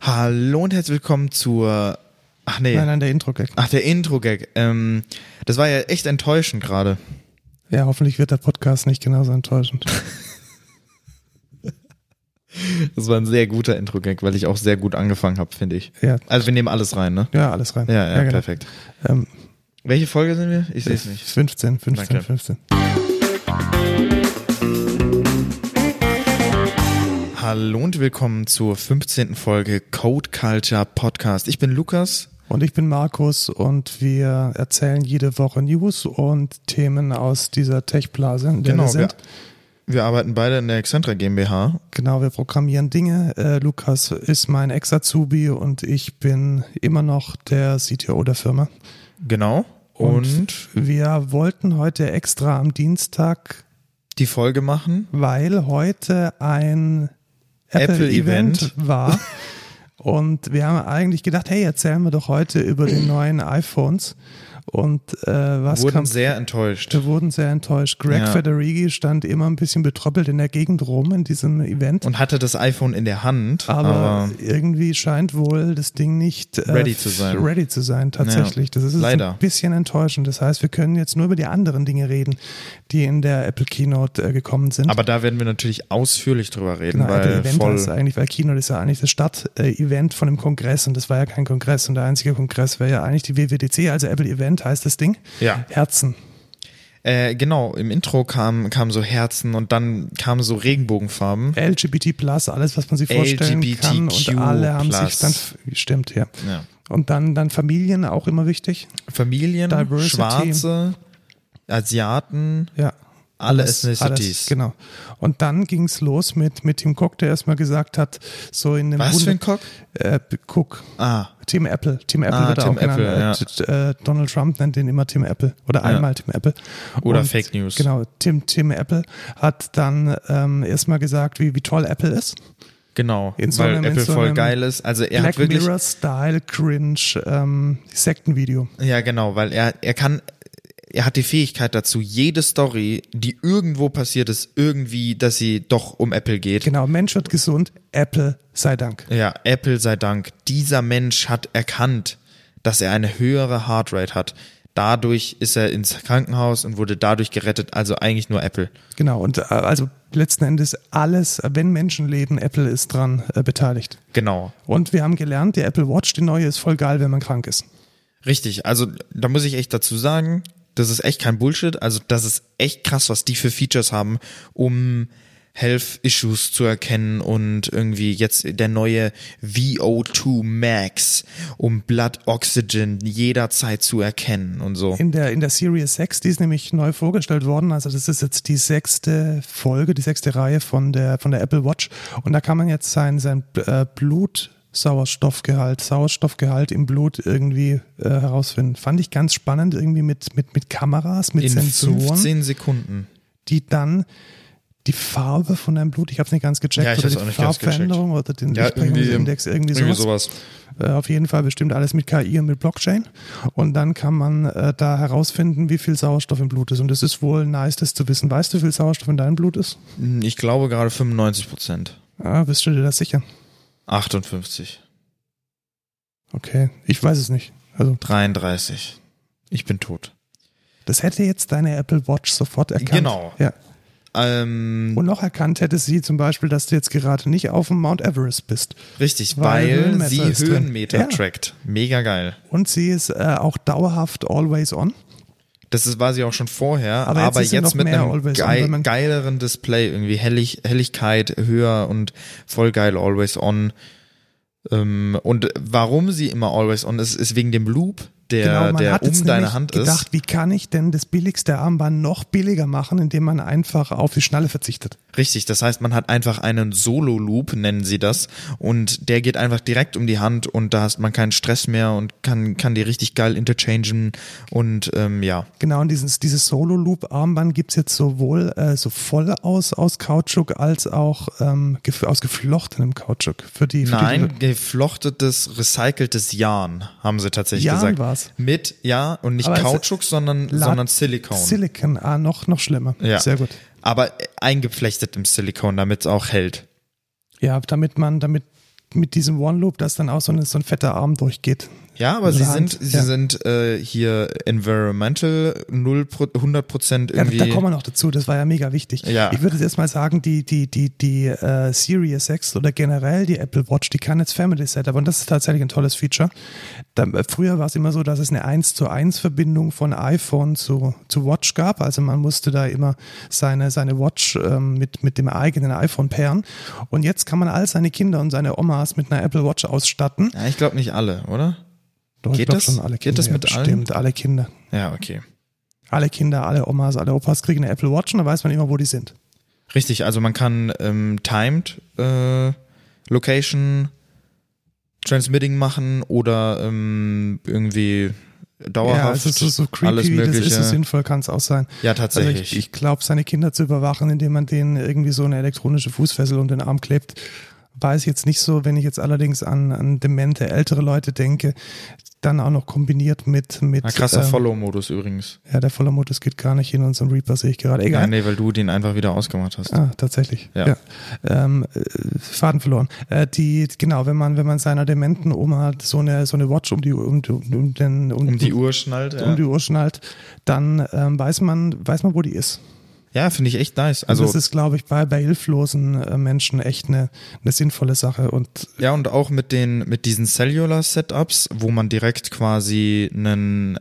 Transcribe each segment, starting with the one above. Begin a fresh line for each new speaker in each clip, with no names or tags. Hallo und herzlich willkommen zur. Ach nee.
Nein, nein, der Intro-Gag.
Ach, der Intro-Gag. Ähm, das war ja echt enttäuschend gerade.
Ja, hoffentlich wird der Podcast nicht genauso enttäuschend.
Das war ein sehr guter Intro-Gag, weil ich auch sehr gut angefangen habe, finde ich.
Ja.
Also wir nehmen alles rein, ne?
Ja, alles rein.
Ja, ja,
genau.
perfekt.
Ähm,
Welche Folge sind wir? Ich sehe es nicht.
15, 15,
Danke.
15.
Hallo und willkommen zur 15. Folge Code Culture Podcast. Ich bin Lukas.
Und ich bin Markus und wir erzählen jede Woche News und Themen aus dieser Tech-Blase, in der wir
Genau, wir,
sind.
wir arbeiten beide in der Excentra GmbH.
Genau, wir programmieren Dinge. Äh, Lukas ist mein Ex-Azubi und ich bin immer noch der CTO der Firma.
Genau. Und,
wir wollten heute extra am Dienstag,
die Folge machen.
weil heute ein
Apple-Event.
Apple-Event war. Und wir haben eigentlich gedacht, hey, erzählen wir doch heute über die neuen iPhones. Und äh, was
wurden
kam?
sehr enttäuscht.
Wir wurden sehr enttäuscht. Greg
Ja.
Federighi stand immer ein bisschen betröppelt in der Gegend rum in diesem Event.
Und hatte das iPhone in der Hand.
Aber irgendwie scheint wohl das Ding nicht äh,
Ready zu sein.
Ready zu sein, tatsächlich. Das ist jetzt
leider.
ein bisschen enttäuschend. Das heißt, wir können jetzt nur über die anderen Dinge reden, die in der Apple Keynote äh, gekommen sind.
Aber da werden wir natürlich ausführlich drüber reden,
Na, Genau, Apple
weil
Event heißt
voll.
eigentlich, weil Keynote ist ja eigentlich das Stadt-Event von dem Kongress und das war ja kein Kongress und der einzige Kongress wäre ja eigentlich die WWDC, also Apple Event heißt das Ding.
Ja.
Herzen.
Äh, genau, im Intro kam, kam so Herzen und dann kamen so Regenbogenfarben.
LGBT Plus, alles, was man sich vorstellen kann und
LGBTQ+.
alle haben sich dann, stimmt, ja.
Ja.
Und dann, dann Familien auch immer wichtig.
Familien,
Diversity.
Schwarze, Asiaten,
Ja.
alle
Alles- alles,
Ethnicities.
genau. Und dann ging's los mit, mit Tim Cook, der erstmal gesagt hat, so in einem
Was für ein Cock?
äh, Cook.
Ah,
Team Apple. Team Apple
Ah,
wird er
Team
auch genannt.
Apple, ja.
Äh, t- äh, Donald Trump nennt den immer Team Apple oder einmal Team Apple.
Oder Fake News.
Genau, Tim, Tim Apple hat dann ähm, erstmal gesagt, wie, wie toll Apple ist.
genau.
In so
weil
einem- in
Apple
so
voll
einem
geil ist. Also er
Black
hat wirklich.
Mirror Style Cringe ähm, Sektenvideo.
Ja, genau, weil er, er kann, er hat die Fähigkeit dazu, jede Story, die irgendwo passiert ist, irgendwie, dass sie doch um Apple geht.
Genau, Mensch wird gesund, Apple sei Dank.
Ja, Apple sei Dank, dieser Mensch hat erkannt, dass er eine höhere Heartrate hat. Dadurch ist er ins Krankenhaus und wurde dadurch gerettet, also eigentlich nur Apple.
Genau, und äh, also letzten Endes alles, äh, wenn Menschen leben, Apple ist dran äh, beteiligt.
Genau.
Und wir haben gelernt, die Apple Watch, die neue, ist voll geil, wenn man krank ist.
Richtig, also da muss ich echt dazu sagen, das ist echt kein Bullshit, also das ist echt krass, was die für Features haben, um Health Issues zu erkennen und irgendwie jetzt der neue VO2 Max, um Blood Oxygen jederzeit zu erkennen und so.
In der, in der Series 6, die ist nämlich neu vorgestellt worden. Also das ist jetzt die sechste Folge, die sechste Reihe von der, von der Apple Watch. Und da kann man jetzt sein, sein äh, Blutsauerstoffgehalt, Sauerstoffgehalt im Blut irgendwie äh, herausfinden. Fand ich ganz spannend, irgendwie mit, mit, mit Kameras, mit
In
Sensoren,
15 Sekunden.
die dann die Farbe von deinem Blut, ich habe es nicht ganz gecheckt,
Ja, ich
oder
hab's
die
auch nicht ganz
Farbveränderung oder den
Ja,
Lichtbrechungsindex, irgendwie,
irgendwie
sowas. Äh, auf jeden Fall bestimmt alles mit KI und mit Blockchain. Und dann kann man äh, da herausfinden, wie viel Sauerstoff im Blut ist. Und es ist wohl nice, das zu wissen. Weißt du, wie viel Sauerstoff in deinem Blut ist?
Hm, Ich glaube gerade 95 Prozent.
Ah, bist du dir das sicher?
58.
Okay, ich weiß es nicht. Also,
33. Ich bin tot.
das hätte jetzt deine Apple Watch sofort erkannt.
Genau.
Ja.
Ähm,
Und noch erkannt hätte sie zum Beispiel, dass du jetzt gerade nicht auf dem Mount Everest bist.
richtig,
weil
weil,
Höhenmeter
sie
ist drin.
Höhenmeter
Ja.
trackt. Mega geil.
Und sie ist äh, auch dauerhaft always on.
Das ist, war sie auch schon vorher, aber
Aber
jetzt,
jetzt ist sie noch
mit
mehr
einem
Always On,
gei
wenn man-
geileren Display, irgendwie Hellig Helligkeit höher und voll geil Always On. Ähm, und warum sie immer Always On ist, ist wegen dem Loop, der,
Genau, man
der
hat jetzt
um deine
nämlich
Hand
gedacht,
ist.
wie kann ich denn das billigste Armband noch billiger machen, indem man einfach auf die Schnalle verzichtet?
Richtig, das heißt, man hat einfach einen Solo-Loop, nennen sie das, und der geht einfach direkt um die Hand und da hast man keinen Stress mehr und kann, kann die richtig geil interchangen und ähm, ja.
Genau, und dieses, dieses Solo-Loop-Armband gibt's jetzt sowohl äh, so voll aus, aus Kautschuk als auch ähm, gef aus geflochtenem Kautschuk. Für die, für
Nein, geflochtetes, recyceltes Yarn, haben sie tatsächlich
Yarn
gesagt.
war's.
Mit, ja, und nicht
Aber es-
Kautschuk, sondern,
die La-
sondern Silikon.
Silicon, ah, noch, noch schlimmer.
ja.
Sehr gut.
Aber eingeflechtet im Silikon, damit es auch hält.
Ja, damit man, damit mit diesem One Loop, dass dann auch so, eine, so ein fetter Arm durchgeht.
Ja, aber
Also
sie
Hand,
sind, sie
ja.
sind äh, hier environmental 0, 100 Prozent
Ja,
irgendwie.
da kommen wir noch dazu, das war ja mega wichtig.
Ja.
Ich würde jetzt mal sagen, die, die, die, die äh, Series X oder generell die Apple Watch, die kann jetzt Family Setup und das ist tatsächlich ein tolles Feature. Da, äh, früher war es immer so, dass es eine 1 zu 1 Verbindung von iPhone zu, zu Watch gab. Also man musste da immer seine, seine Watch ähm, mit, mit dem eigenen iPhone pairen. Und jetzt kann man all seine Kinder und seine Omas mit einer Apple Watch ausstatten.
ja, ich glaube nicht alle, oder?
Doch, ich
Geht
glaub
das?
schon alle
Geht
Kinder.
das mit
ja,
allen?
Stimmt, alle Kinder.
Ja, okay.
Alle Kinder, alle Omas, alle Opas kriegen eine Apple Watch und da weiß man immer, wo die sind.
Richtig, also man kann ähm, timed äh, Location Transmitting machen oder ähm, irgendwie dauerhaft
Ja, es ist so, so creepy,
alles mögliche.
das ist so sinnvoll, kann es auch sein.
ja,
Also
tatsächlich.
ich, ich glaube, seine Kinder zu überwachen, indem man denen irgendwie so eine elektronische Fußfessel um den Arm klebt, weiß jetzt nicht so, wenn ich jetzt allerdings an, an demente ältere Leute denke, dann auch noch kombiniert mit, mit
Na, krasser
ähm,
Follow-Modus übrigens.
Ja, der voller Modus geht gar nicht hin und so ein Reaper sehe ich gerade.
Ja,
Egal.
nee, weil du den einfach wieder ausgemacht hast.
Ah, tatsächlich.
Ja.
Ja. Ähm, äh, Faden verloren. Äh, die, genau, wenn man, wenn man seiner dementen Oma so eine, so eine Watch um die, um, um, um, den,
Um die Uhr schnallt. Ja,
um die Uhr schnallt, dann ähm, weiß man, weiß man, wo die ist.
ja finde ich echt nice.
Also
Also
das ist, glaube ich, bei, bei hilflosen äh, Menschen echt eine, eine sinnvolle Sache. Und
Ja, und auch mit den, mit diesen Cellular-Setups, wo man direkt quasi einen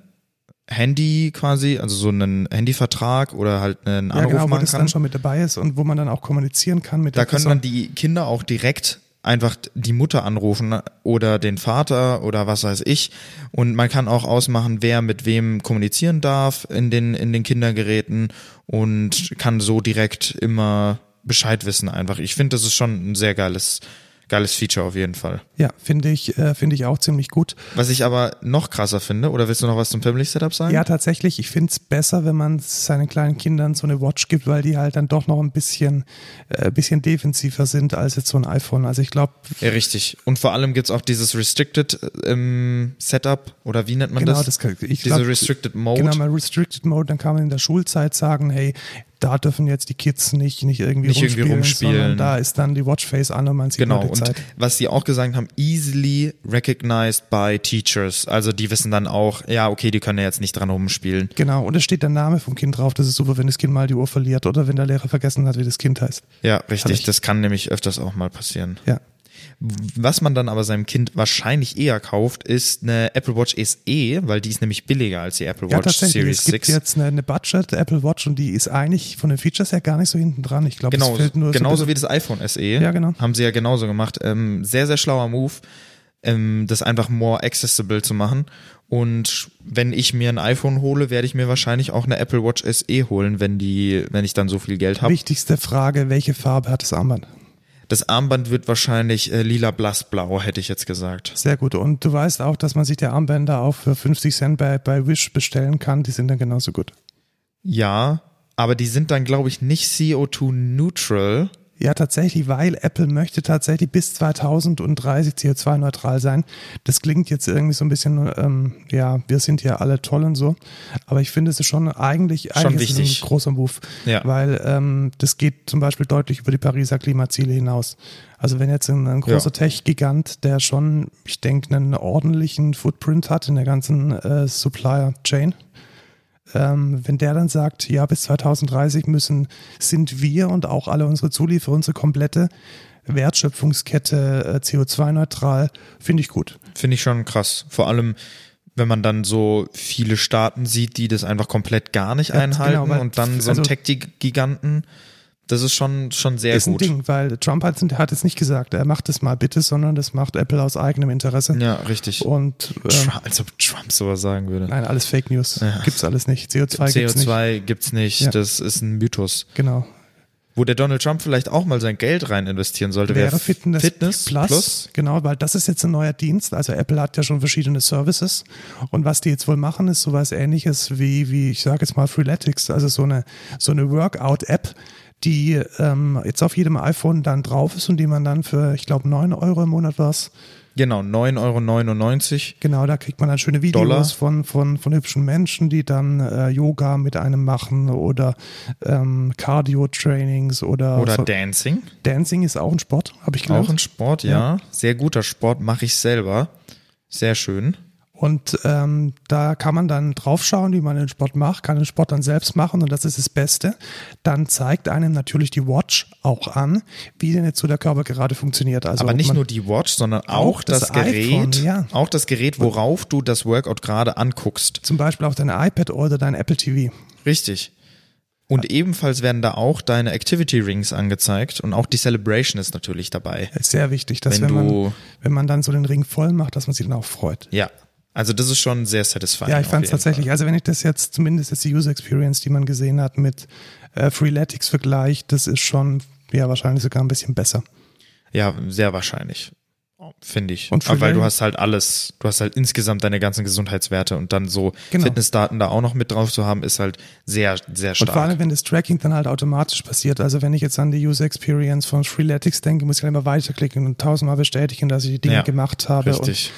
Handy quasi, also so einen Handyvertrag oder halt einen
ja,
Anruf
genau, wo
machen
das dann
kann.
schon mit dabei ist und wo man dann auch kommunizieren kann mit
Da
der
können
Person.
dann die Kinder auch direkt einfach die Mutter anrufen oder den Vater oder was weiß ich. Und man kann auch ausmachen, wer mit wem kommunizieren darf in den, in den Kindergeräten und kann so direkt immer Bescheid wissen einfach. Ich finde, das ist schon ein sehr geiles, geiles Feature auf jeden Fall.
Ja, finde ich, äh, finde ich auch ziemlich gut.
Was ich aber noch krasser finde, oder willst du noch was zum Family Setup sagen?
Ja, tatsächlich, ich finde es besser, wenn man seinen kleinen Kindern so eine Watch gibt, weil die halt dann doch noch ein bisschen, äh, ein bisschen defensiver sind als jetzt so ein iPhone. Also ich glaube,
Ja, richtig. Und vor allem gibt's auch dieses Restricted ähm, Setup, oder wie nennt man
genau,
das?
das kann, ich
Diese
glaub,
Restricted Mode.
Genau, mal Restricted Mode, dann kann man in der Schulzeit sagen, hey, da dürfen jetzt die Kids nicht, nicht irgendwie
Nicht irgendwie
rumspielen,
rumspielen.
sondern da ist dann die Watchface an und man sieht
Genau,
nur die
und
Zeit.
was sie auch gesagt haben, easily recognized by teachers. Also die wissen dann auch, ja, okay, die können ja jetzt nicht dran rumspielen.
Genau, und es steht der Name vom Kind drauf. Das ist super, wenn das Kind mal die Uhr verliert oder wenn der Lehrer vergessen hat, wie das Kind heißt.
Ja,
Hab
richtig.
ich.
Das kann nämlich öfters auch mal passieren.
Ja.
Was man dann aber seinem Kind wahrscheinlich eher kauft, ist eine Apple Watch SE, weil die ist nämlich billiger als die Apple
Ja,
Watch
tatsächlich.
Series
es gibt
6.
jetzt eine, eine Budget Apple Watch und die ist eigentlich von den Features her gar nicht so hinten dran. Ich glaube,
Genau,
es fällt nur
genauso
so
wie das iPhone SE.
Ja, genau.
Haben sie ja genauso gemacht. Ähm, sehr, sehr schlauer Move, ähm, das einfach more accessible zu machen. Und wenn ich mir ein iPhone hole, werde ich mir wahrscheinlich auch eine Apple Watch SE holen, wenn die, wenn ich dann so viel Geld habe.
wichtigste Frage, welche Farbe hat das Armband?
Das Armband wird wahrscheinlich äh, lila blassblau, hätte ich jetzt gesagt.
Sehr gut. Und du weißt auch, dass man sich die Armbänder auch für 50 Cent bei, bei Wish bestellen kann. Die sind dann genauso gut.
Ja, aber die sind dann, glaube ich, nicht CO2 neutral.
Ja, tatsächlich, weil Apple möchte tatsächlich bis 2030 CO2-neutral sein. Das klingt jetzt irgendwie so ein bisschen, ähm, ja, wir sind ja alle toll und so. Aber ich finde, es ist schon eigentlich, eigentlich ist es
wichtig.
ein großer Move,
Ja.
weil ähm, das geht zum Beispiel deutlich über die Pariser Klimaziele hinaus. Also wenn jetzt ein, ein großer
Ja.
Tech-Gigant, der schon, ich denke, einen ordentlichen Footprint hat in der ganzen äh, Supplier-Chain, ähm, wenn der dann sagt, ja, bis 2030 müssen, sind wir und auch alle unsere Zulieferer, unsere komplette Wertschöpfungskette äh, CO2-neutral, finde ich gut.
Finde ich schon krass. Vor allem, wenn man dann so viele Staaten sieht, die das einfach komplett gar nicht einhalten
genau, weil-
und dann so ein
also-
Tech-Giganten, das ist schon, schon sehr
ist ein
gut.
Ding, weil Trump hat, hat jetzt nicht gesagt, er macht das mal bitte, sondern das macht Apple aus eigenem Interesse.
Ja, richtig.
Und ähm,
Tru- als ob Trump sowas sagen würde.
nein, alles Fake News.
Ja.
Gibt's alles nicht. CO2, gibt's nicht.
CO2 gibt's nicht,
Ja.
das ist ein Mythos.
Genau.
Wo der Donald Trump vielleicht auch mal sein Geld rein investieren sollte,
Wäre
wäre
Fitness,
Fitness
Plus,
Plus.
Genau, weil das ist jetzt ein neuer Dienst. Also Apple hat ja schon verschiedene Services. Und was die jetzt wohl machen, ist sowas ähnliches wie, wie ich sage jetzt mal, Freeletics, also so eine, so eine Workout-App, die ähm, jetzt auf jedem iPhone dann drauf ist und die man dann für, ich glaube, 9 Euro im Monat war
Genau, 9,99 Euro.
Genau, da kriegt man dann schöne Videos
Dollar.
Von, von, von hübschen Menschen, die dann äh, Yoga mit einem machen oder ähm, Cardio-Trainings oder,
Oder
so. Genau.
Dancing.
Dancing ist auch ein Sport, habe ich gelernt.
Auch ein Sport, ja. Sehr guter Sport, mache ich selber. Sehr schön.
Und ähm, da kann man dann draufschauen, wie man den Sport macht, kann den Sport dann selbst machen und das ist das Beste. Dann zeigt einem natürlich die Watch auch an, wie denn jetzt so der Körper gerade funktioniert. Also
Aber
ob
nicht
man,
nur die Watch, sondern auch,
Auch
das,
das iPhone,
Gerät,
ja.
auch das Gerät, worauf du das Workout gerade anguckst.
zum Beispiel auch dein iPad oder dein Apple TV.
Richtig. Und ebenfalls werden da auch deine Activity Rings angezeigt und auch die Celebration ist natürlich dabei.
Ist sehr wichtig, dass
Wenn
wenn,
du-
man, wenn man dann so den Ring voll macht, dass man sich dann auch freut.
Ja. Also das ist schon sehr satisfying.
Ja, ich
auf
fand es
jeden
tatsächlich, also wenn ich das jetzt zumindest jetzt die User Experience, die man gesehen hat, mit äh, Freeletics vergleicht, das ist schon ja wahrscheinlich sogar ein bisschen besser.
Fall. Ja, sehr wahrscheinlich. Finde ich.
Und
Aber weil du
vielleicht-
hast halt alles, du hast halt insgesamt deine ganzen Gesundheitswerte und dann so
Genau.
Fitnessdaten da auch noch mit drauf zu haben, ist halt sehr, sehr
Und
stark.
vor allem, wenn das Tracking dann halt automatisch passiert. Also wenn ich jetzt an die User Experience von Freeletics denke, muss ich dann immer weiterklicken und tausendmal bestätigen, dass ich die Dinge
Ja,
gemacht habe. Und
Richtig.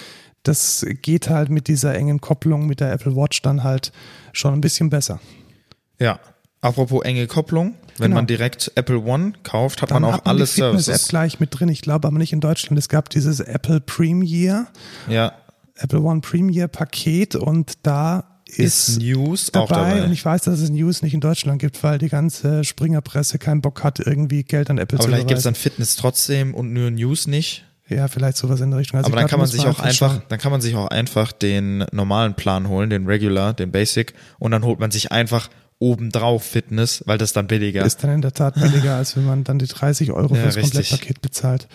das geht halt mit dieser engen Kopplung mit der Apple Watch dann halt schon ein bisschen besser.
Ja. Apropos enge Kopplung, wenn
Genau.
man direkt Apple One kauft, hat man auch äh,
hat
alle
die Fitness-App
Services.
gleich mit drin. Ich glaube aber nicht in Deutschland. Es gab dieses Apple Premier,
Ja.
Apple One Premier Paket und da ist,
Ist News auch
dabei,
dabei.
und ich weiß, dass es News nicht in Deutschland gibt, weil die ganze Springerpresse keinen Bock hat, irgendwie Geld an Apple
Aber
zu
vielleicht gibt es
überweisen.
dann Fitness trotzdem und nur News nicht.
Ja, vielleicht sowas in der Richtung. Also
Aber dann
ich glaub,
kann man
muss
sich auch einfach,
schauen.
dann kann man sich auch einfach den normalen Plan holen, den Regular, den Basic, und dann holt man sich einfach obendrauf Fitness, weil das dann billiger ist.
Ist dann in der Tat billiger, als wenn man dann die 30 Euro
Ja,
für das
richtig.
Komplettpaket bezahlt.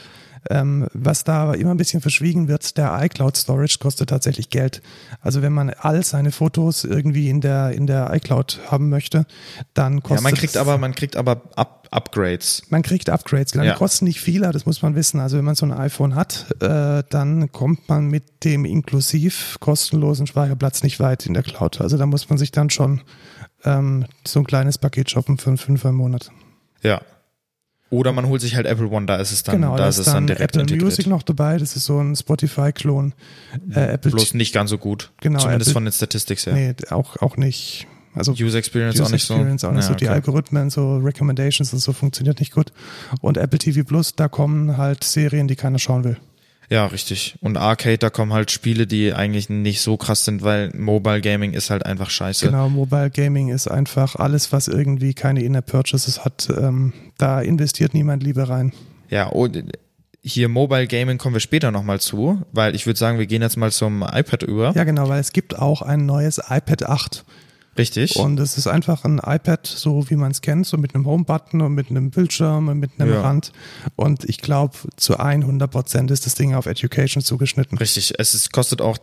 Ähm, was da aber immer ein bisschen verschwiegen wird, der iCloud Storage kostet tatsächlich Geld. Also wenn man all seine Fotos irgendwie in der, in der iCloud haben möchte, dann
Ja,
kostet
man kriegt
es-
aber, man kriegt aber Up Upgrades.
Man kriegt Upgrades, genau.
Ja.
Die kosten nicht viel, aber das muss man wissen. Also wenn man so ein iPhone hat, äh, dann kommt man mit dem inklusiv kostenlosen Speicherplatz nicht weit in der Cloud. Also da muss man sich dann schon ähm, so ein kleines Paket shoppen für einen Fünfer im Monat.
Ja. Oder man holt sich halt Apple One, da ist es dann,
genau,
da ist es dann direkt
Apple
integriert.
Music noch dabei. Das ist so ein Spotify-Klon. Äh, Apple
Bloß nicht ganz so gut.
Genau,
Zumindest
Apple-
von den Statistics her.
nee, auch, auch nicht. Also
User Experience auch
User
nicht so.
Experience auch nicht
Ja,
so. Die
okay.
Algorithmen, so Recommendations und so funktioniert nicht gut. Und Apple TV Plus, da kommen halt Serien, die keiner schauen will.
Ja, richtig. Und Arcade, da kommen halt Spiele, die eigentlich nicht so krass sind, weil Mobile Gaming ist halt einfach scheiße.
Genau, Mobile Gaming ist einfach alles, was irgendwie keine In-App-Purchases hat. Ähm, da investiert niemand lieber rein.
Ja, und hier Mobile Gaming kommen wir später nochmal zu, weil ich würde sagen, wir gehen jetzt mal zum iPad über.
Ja, genau, weil es gibt auch ein neues iPad 8.
Richtig.
Und es ist einfach ein iPad, so wie man es kennt, so mit einem Home-Button und mit einem Bildschirm und mit einem
Ja.
Rand. Und ich glaube, zu 100 Prozent ist das Ding auf Education zugeschnitten.
Richtig. Es ist, kostet auch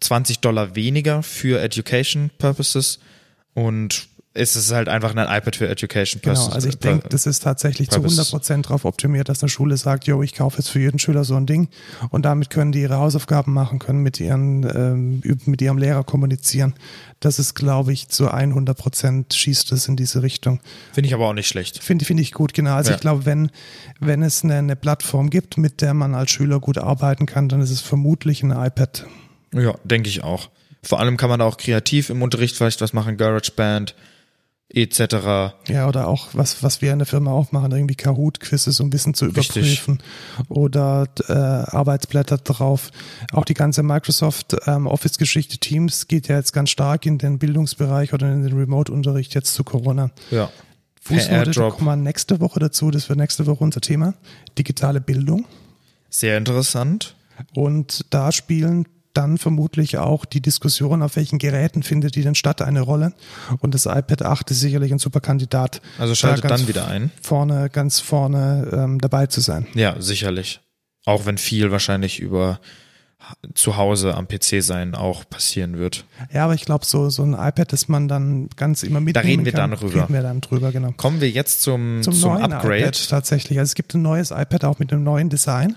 20 Dollar weniger für Education Purposes und es ist halt einfach ein iPad für Education
Genau,
Purposes.
also ich denke, das ist tatsächlich zu
Purpose.
100 Prozent darauf optimiert, dass eine Schule sagt, yo, ich kaufe jetzt für jeden Schüler so ein Ding und damit können die ihre Hausaufgaben machen, können mit, ihren, ähm, üb- mit ihrem Lehrer kommunizieren. Das ist, glaube ich, zu 100 Prozent schießt es in diese Richtung.
Finde ich aber auch nicht schlecht.
Finde finde ich gut, genau. Also
Ja.
ich glaube, wenn, wenn es eine, eine Plattform gibt, mit der man als Schüler gut arbeiten kann, dann ist es vermutlich ein iPad.
Ja, denke ich auch. Vor allem kann man da auch kreativ im Unterricht vielleicht was machen, GarageBand etc.
Ja, oder auch was, was wir in der Firma auch machen, irgendwie Kahoot-Quizzes, um Wissen zu
Richtig.
überprüfen. Oder äh, Arbeitsblätter drauf. Auch die ganze Microsoft ähm, Office-Geschichte Teams geht ja jetzt ganz stark in den Bildungsbereich oder in den Remote-Unterricht jetzt zu Corona.
Ja. Per
Fußnote, da
Airdrop.
kommen wir nächste Woche dazu, das wird nächste Woche unser Thema. Digitale Bildung.
Sehr interessant.
Und da spielen dann vermutlich auch die Diskussion, auf welchen Geräten findet die denn statt, eine Rolle. Und das iPad 8 ist sicherlich ein super Kandidat.
Also schaltet
Da ganz
dann wieder ein.
Vorne, ganz vorne ähm, dabei zu sein.
Ja, sicherlich. Auch wenn viel wahrscheinlich über zu Hause am PC sein auch passieren wird.
Ja, aber ich glaube, so, so ein iPad, das man dann ganz immer mitnehmen
reden wir
kann,
dann drüber.
Reden wir dann drüber, genau.
Kommen wir jetzt zum, zum, Upgrade.
iPad tatsächlich. Also es gibt ein neues iPad auch mit einem neuen Design,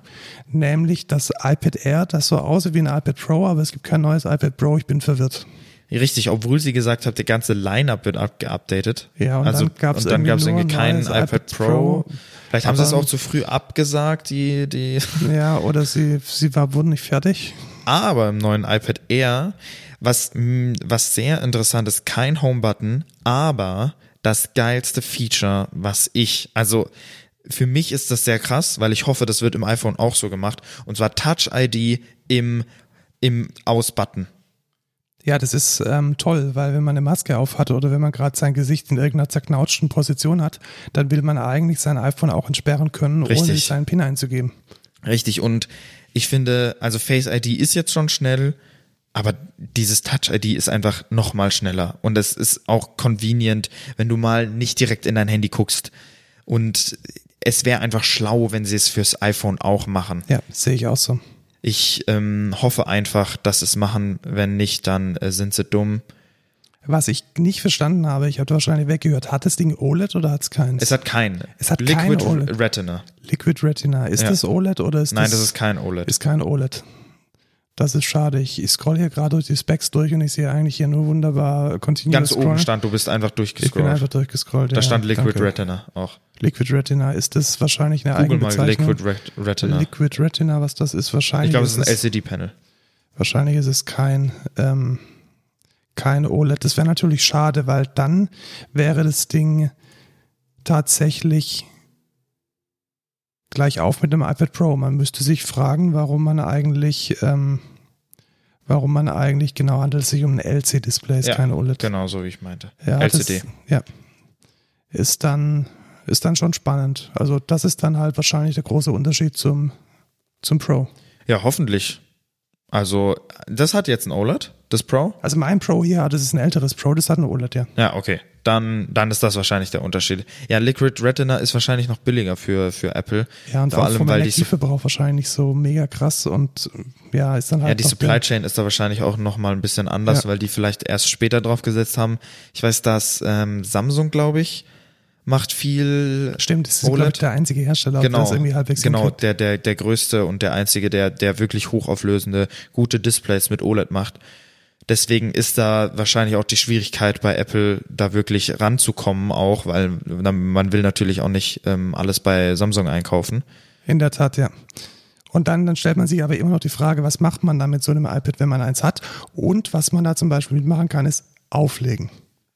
nämlich das iPad Air, das so aussieht wie ein iPad Pro, aber es gibt kein neues iPad Pro. Ich bin verwirrt.
Richtig, obwohl sie gesagt hat, der ganze Line-Up wird abgeupdatet.
Ja, und
also,
dann gab's
und dann
irgendwie
gab's
nur
irgendwie
ein
keinen
neues
iPad, Pro.
Pro.
Vielleicht haben sie es
Aber-
auch zu früh abgesagt, die, die.
Ja, oder sie, sie war, wurden nicht fertig.
Aber im neuen iPad Air, was, mh, was sehr interessant ist, kein Home-Button, aber das geilste Feature, was ich, also für mich ist das sehr krass, weil ich hoffe, das wird im iPhone auch so gemacht, und zwar Touch-ID im, im Aus-Button.
Ja, das ist ähm, toll, weil wenn man eine Maske auf hat oder wenn man gerade sein Gesicht in irgendeiner zerknautschten Position hat, dann will man eigentlich sein iPhone auch entsperren können, ohne
Richtig.
seinen PIN einzugeben.
Richtig, und ich finde, also Face ID ist jetzt schon schnell, aber dieses Touch ID ist einfach nochmal schneller. Und es ist auch convenient, wenn du mal nicht direkt in dein Handy guckst. Und es wäre einfach schlau, wenn sie es fürs iPhone auch machen.
Ja, sehe ich auch so.
Ich ähm, hoffe einfach, dass sie es machen. Wenn nicht, dann äh, sind sie dumm.
Was ich nicht verstanden habe, ich habe wahrscheinlich weggehört, hat das Ding OLED oder hat es keins?
Es hat kein
Es hat kein
Liquid
OLED.
Retina.
Liquid Retina. Ist
Ja.
das OLED oder ist
Nein,
das
das ist kein E OLED.
Ist kein OLED. Das ist schade. Ich ich scroll hier gerade durch die Specs durch und ich sehe eigentlich hier nur wunderbar Continuous
Ganz
Scrollen.
oben stand, du bist einfach
Ich bin einfach
durchgescrollt.
durchgescrollt.
Da
ja,
stand Liquid
danke. Ah,
Retina auch.
Liquid Retina. Ist das wahrscheinlich eine
Google
eigene
mal
Bezeichnung?
Liquid Ret- Retina.
Liquid Retina, was das ist, wahrscheinlich.
Ich glaube, es ist ein
es,
LCD-Panel.
wahrscheinlich ist es kein, ähm, kein OLED. E Das wäre natürlich schade, weil dann wäre das Ding tatsächlich gleich auf mit dem iPad Pro. Man müsste sich fragen, warum man eigentlich, ähm, warum man eigentlich genau handelt es sich um ein LC-Display, ist
Ja,
kein OLED.
Genau so, wie ich meinte.
E Ja,
LCD.
Das, ja. Ist dann, ist dann schon spannend. Also, das ist dann halt wahrscheinlich der große Unterschied zum, zum Pro.
Ja, hoffentlich. Also, das hat jetzt ein OLED, das Pro.
Also, mein Pro hier, das ist ein älteres Pro, das hat ein OLED, E ja.
Ja, okay. Dann, dann ist das wahrscheinlich der Unterschied. Ja, Liquid Retina ist wahrscheinlich noch billiger für, für Apple.
Ja, und
Vor
auch
allem,
vom
weil die,
Energieverbrauch wahrscheinlich so mega krass und ja, ist dann halt.
ja, die
noch
Supply
der-
Chain ist da wahrscheinlich auch nochmal ein bisschen anders,
Ja.
weil die vielleicht erst später drauf gesetzt haben. Ich weiß, dass ähm, Samsung, glaube ich, macht viel E
Stimmt, das ist glaub
OLED.
ich, der einzige Hersteller, der
Genau,
das irgendwie halbwegs
genau
hinkriegt.
der, der, der größte und der einzige, der, der wirklich hochauflösende, gute Displays mit OLED macht. Deswegen ist da wahrscheinlich auch die Schwierigkeit bei Apple, da wirklich ranzukommen, auch, weil na, man will natürlich auch nicht ähm, alles bei Samsung einkaufen.
In der Tat, ja. Und dann, dann stellt man sich aber immer noch die Frage, was macht man dann mit so einem iPad, wenn man eins hat? Und was man da zum Beispiel mitmachen kann, ist auflegen.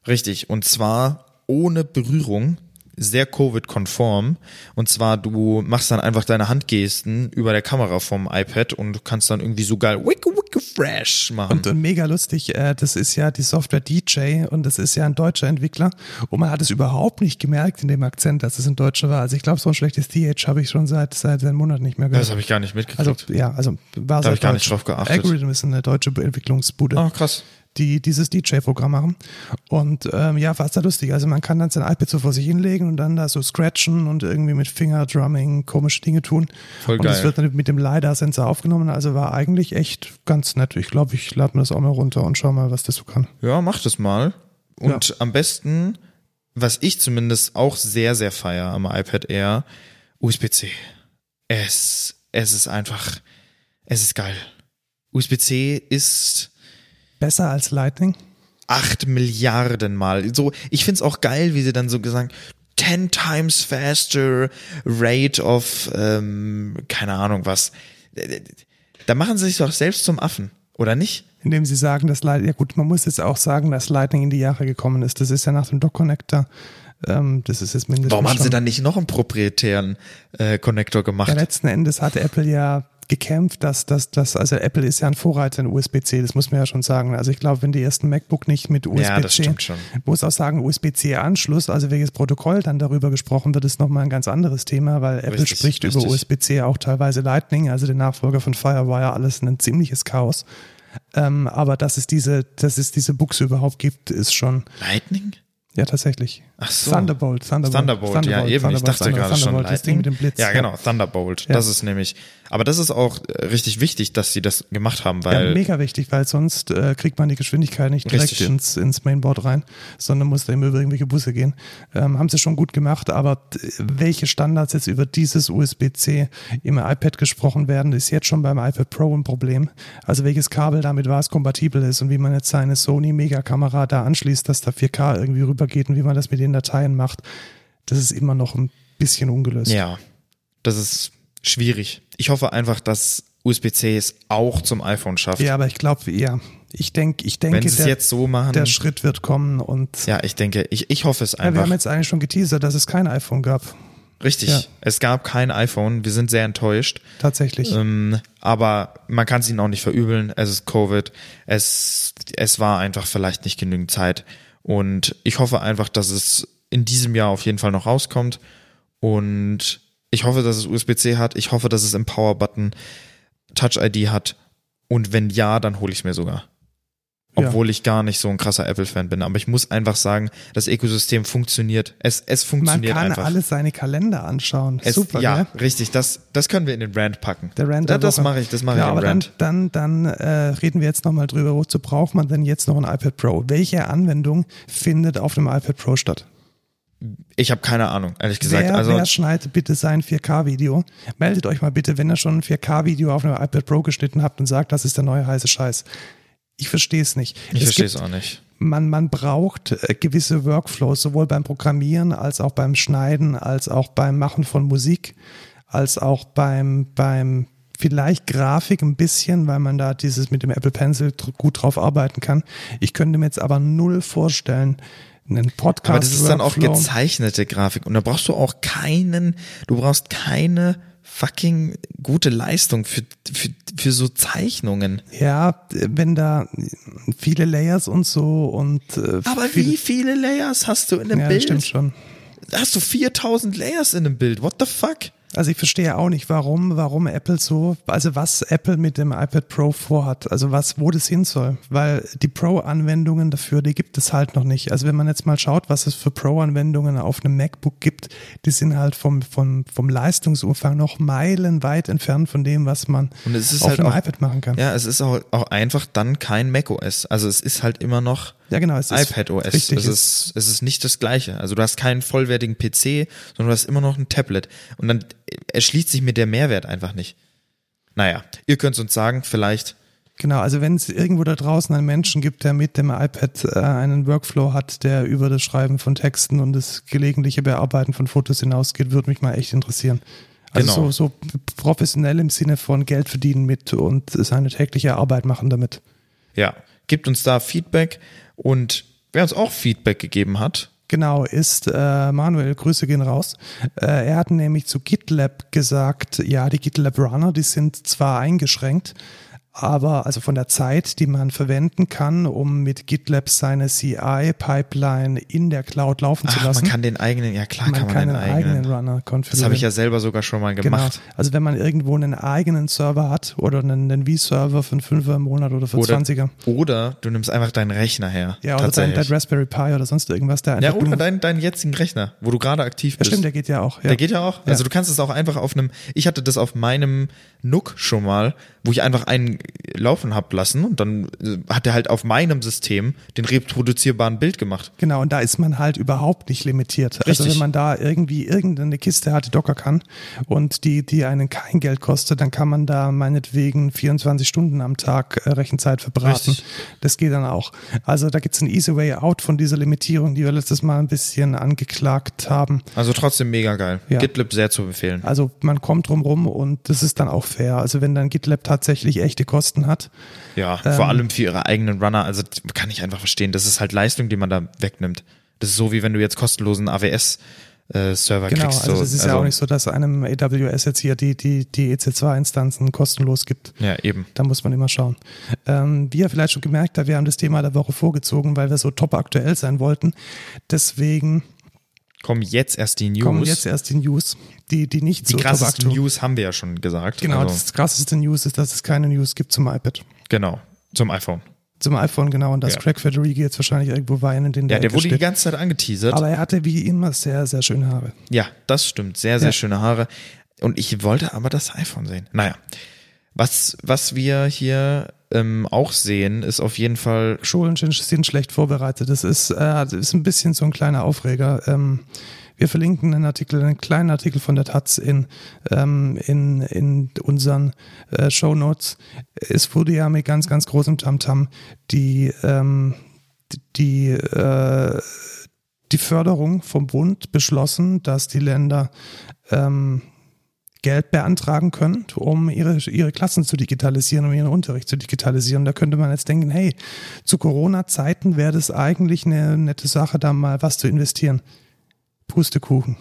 Richtig, und zwar ohne Berührung, sehr Covid-konform. Und zwar, du machst dann einfach deine Handgesten über der Kamera vom iPad und du kannst dann irgendwie so geil wicke, wicke fresh machen.
Und, und mega lustig, äh, das ist ja die Software DJ und das ist ja ein deutscher Entwickler. Und man hat es überhaupt nicht gemerkt in dem Akzent, dass es ein Deutscher war. Also ich glaube, so ein schlechtes DH habe ich schon seit, seit einem Monat nicht mehr gehört.
das habe ich gar nicht mitgekriegt.
Also ja, also war
Da hab
sehr
ich gar
deutsch.
nicht drauf geachtet.
Algorithm ist eine deutsche Entwicklungsbude,
Ah, krass.
die dieses DJ-Programm machen. Und ähm, ja, war sehr lustig. Also man kann dann sein iPad so vor sich hinlegen und dann da so scratchen und irgendwie mit Fingerdrumming komische Dinge tun.
Voll
und das
geil.
wird dann mit dem LiDAR-Sensor aufgenommen. Also war eigentlich echt ganz nett. Ich glaube, ich lade mir das auch mal runter und schau mal, was das so kann.
Ja, mach das mal. Und am besten, was ich zumindest auch sehr, sehr feier am iPad Air, USB-C. Es, es ist einfach, es ist geil. USB-C ist
Besser als Lightning.
acht Milliarden Mal. So, ich find's auch geil, wie sie dann so gesagt, 10 times faster rate of, ähm, keine Ahnung was. Da machen sie sich doch selbst zum Affen, oder nicht?
Indem sie sagen, dass Lightning, ja gut, man muss jetzt auch sagen, dass Lightning in die Jahre gekommen ist. Das ist ja nach dem Dock-Connector. Ähm, das ist jetzt mindestens
Warum haben
schon-
sie dann nicht noch einen proprietären äh, Connector gemacht?
Ja, letzten Endes hat Apple ja gekämpft, dass das, dass, also Apple ist ja ein Vorreiter in USB-C, das muss man ja schon sagen. Also ich glaube, wenn die ersten MacBook nicht mit USB-C,
Ja, das stimmt schon.
muss auch sagen, USB-C-Anschluss, also welches Protokoll dann darüber gesprochen wird, ist nochmal ein ganz anderes Thema, weil Apple
Richtig,
spricht über
richtig.
USB-C auch teilweise Lightning, also den Nachfolger von Firewire, alles ein ziemliches Chaos. Ähm, aber dass es diese, dass es diese Buchse überhaupt gibt, ist schon,
Lightning?
ja tatsächlich.
Ach so.
Thunderbolt, Thunderbolt,
Thunderbolt, ja eben. ich dachte gerade schon
Thunderbolt, das Ding mit dem Blitz.
Ja, genau, Thunderbolt.
Ja.
Das ist nämlich, aber das ist auch äh, richtig wichtig, dass sie das gemacht haben, weil
ja, mega wichtig, weil sonst äh, kriegt man die Geschwindigkeit nicht direkt
Richtig.
ins, ins Mainboard rein, sondern muss da immer über irgendwelche Busse gehen. Ähm, haben sie schon gut gemacht, aber d- welche Standards jetzt über dieses USB-C im iPad gesprochen werden, ist jetzt schon beim iPad Pro ein Problem. Also welches Kabel damit was kompatibel ist und wie man jetzt seine Sony Megakamera da anschließt, dass da 4K irgendwie rübergeht und wie man das mit den Dateien macht, das ist immer noch ein bisschen ungelöst.
Ja, das ist schwierig. Ich hoffe einfach, dass USB-C es auch zum iPhone schafft.
Ja, aber ich glaube, ja, ich denke, ich denke,
Wenn sie es
der-
jetzt so machen.
der Schritt wird kommen und
ja, ich denke, ich, ich hoffe es
ja, wir
einfach.
haben jetzt eigentlich schon geteasert, dass es kein iPhone gab,
Richtig.
ja.
Es gab kein iPhone. Wir sind sehr enttäuscht.
tatsächlich.
Ähm, aber man kann es ihnen auch nicht verübeln. Es ist Covid. Es, es war einfach vielleicht nicht genügend Zeit. Und ich hoffe einfach, dass es in diesem Jahr auf jeden Fall noch rauskommt. Und ich hoffe, dass es USB-C hat. Ich hoffe, dass es im Power-Button Touch-ID hat. Und wenn ja, dann hole ich es mir sogar.
Ja.
Obwohl ich gar nicht so ein krasser Apple-Fan bin. Aber ich muss einfach sagen, das Ökosystem funktioniert. Es, es
Man
funktioniert
kann
einfach.
alle seine Kalender anschauen.
es,
Super,
ja,
ne?
richtig. Das, das können wir in den Rand packen.
Der Rand
ja,
der
das
Woche.
mache ich, das mache
Ja,
ich
aber
im Rand.
dann, dann, dann äh, reden wir jetzt nochmal drüber, wozu braucht man denn jetzt noch ein iPad Pro? Welche Anwendung findet auf dem iPad Pro statt?
Ich habe keine Ahnung, ehrlich gesagt.
wer,
also
wer schneidet bitte sein 4K-Video? Meldet euch mal bitte, wenn ihr schon ein 4K-Video auf einem iPad Pro geschnitten habt und sagt, das ist der neue heiße Scheiß. Ich verstehe es nicht.
ich
Es
verstehe
gibt-
es auch nicht.
man, man braucht äh, gewisse Workflows, sowohl beim Programmieren als auch beim Schneiden, als auch beim Machen von Musik, als auch beim, beim vielleicht Grafik ein bisschen, weil man da dieses mit dem Apple Pencil dr- gut drauf arbeiten kann. Ich könnte mir jetzt aber null vorstellen, einen Podcast.
Aber das ist dann auch
Workflow.
gezeichnete Grafik und da brauchst du auch keinen, du brauchst keine fucking gute Leistung für, für, für so Zeichnungen.
Ja, äh, wenn da viele Layers und so und äh,
Aber wie viele Layers hast du in einem
ja, das
Bild?
stimmt schon.
Hast du 4000 Layers in einem Bild? What the fuck?
Also ich verstehe auch nicht, warum, warum Apple so, also was Apple mit dem iPad Pro vorhat, also was, wo das hin soll, weil die Pro-Anwendungen dafür, die gibt es halt noch nicht. Also wenn man jetzt mal schaut, was es für Pro-Anwendungen auf einem MacBook gibt, die sind halt vom, vom, vom Leistungsumfang noch meilenweit entfernt von dem, was man
Und es ist
auf
halt
einem
auch-
iPad machen kann.
Ja, es ist auch, auch einfach dann kein macOS. Also es ist halt immer noch
Ja, genau, es ist
iPadOS.
richtig,
es,
es-
ist, es ist nicht das Gleiche. Also du hast keinen vollwertigen PC, sondern du hast immer noch ein Tablet. Und dann äh, erschließt sich mir der Mehrwert einfach nicht. Naja, ihr könnt uns sagen, vielleicht.
Genau, also wenn es irgendwo da draußen einen Menschen gibt, der mit dem iPad äh, einen Workflow hat, der über das Schreiben von Texten und das gelegentliche Bearbeiten von Fotos hinausgeht, würde mich mal echt interessieren. Also
Genau.
so, so professionell im Sinne von Geld verdienen mit und seine tägliche Arbeit machen damit.
Ja, gebt uns da Feedback. Und wer uns auch Feedback gegeben hat,
Genau, ist äh, Manuel, Grüße gehen raus. Äh, er hat nämlich zu GitLab gesagt, ja, die GitLab Runner, die sind zwar eingeschränkt, aber also von der Zeit, die man verwenden kann, um mit GitLab seine CI-Pipeline in der Cloud laufen
ach,
zu
man
lassen.
kann den eigenen, ja klar, kann man den
einen
eigenen. Genau,
Runner konfigurieren.
Das habe ich ja selber sogar schon mal gemacht.
Also wenn man irgendwo einen eigenen Server hat oder einen, einen V-Server für einen Fünfer im Monat oder für
Oder,
20er.
oder du nimmst einfach deinen Rechner her.
Ja, oder dein,
tatsächlich.
dein Raspberry Pi oder sonst irgendwas, der
Ja,
einfach
oder
nur-
deinen, deinen jetzigen Rechner, wo du gerade aktiv
ja,
bist.
stimmt, der geht ja auch. Ja.
Der geht ja auch.
Ja.
Also du kannst es auch einfach auf einem, ich hatte das auf meinem Nook schon mal, wo ich einfach einen laufen hab lassen und dann äh, hat er halt auf meinem System den reproduzierbaren Bild gemacht.
Genau, und da ist man halt überhaupt nicht limitiert. Also
Richtig.
wenn man da irgendwie irgendeine Kiste hat, die Docker kann und die, die einen kein Geld kostet, dann kann man da meinetwegen 24 Stunden am Tag äh, Rechenzeit verbraten.
Richtig.
Das geht dann auch. Also da gibt's einen easy way out von dieser Limitierung, die wir letztes Mal ein bisschen angeklagt haben.
Also trotzdem mega geil.
Ja.
GitLab sehr zu empfehlen.
Also man kommt drum rum und das ist dann auch fair. Also wenn dann GitLab tatsächlich echte Kosten hat,
Ja,
ähm.
vor allem für ihre eigenen Runner. Also t- kann ich einfach verstehen. Das ist halt Leistung, die man da wegnimmt. Das ist so wie wenn du jetzt kostenlosen AWS-Server
Genau,
äh, kriegst.
also
so.
das ist ja auch nicht so, dass einem AWS jetzt hier die, die, die E EC2-Instanzen kostenlos gibt.
Ja, eben.
Da muss man immer schauen. Ähm, wie ihr vielleicht schon gemerkt habt, wir haben das Thema der Woche vorgezogen, weil wir so top aktuell sein wollten. Deswegen
Kommen jetzt erst die News.
kommen jetzt erst die News, die, die nicht
die
so top
krassesten
aktuell
News haben wir ja schon gesagt.
Genau,
also,
das krasseste News ist, dass es keine News gibt zum iPad.
genau. Zum iPhone.
zum iPhone, genau. Und das
Ja.
Craig Federighi jetzt wahrscheinlich irgendwo weinen, den
Ja, der wurde die
steht.
ganze Zeit angeteasert.
Aber er hatte wie immer sehr, sehr schöne Haare.
Ja, das stimmt. Sehr, sehr
Ja.
schöne Haare. Und ich wollte aber das iPhone sehen. Naja. Was, was wir hier ähm, auch sehen, ist auf jeden Fall.
Schulen sind- sind schlecht vorbereitet. Das ist, äh, das ist ein bisschen so ein kleiner Aufreger. Ähm, wir verlinken einen Artikel, einen kleinen Artikel von der Taz in, ähm, in, in unseren äh, Show Notes. Es wurde ja mit ganz, ganz großem Tamtam die, ähm, die, äh, die Förderung vom Bund beschlossen, dass die Länder ähm, Geld beantragen können, um ihre, ihre Klassen zu digitalisieren, um ihren Unterricht zu digitalisieren. Da könnte man jetzt denken, hey, zu Corona-Zeiten wäre das eigentlich eine nette Sache, da mal was zu investieren. Pustekuchen.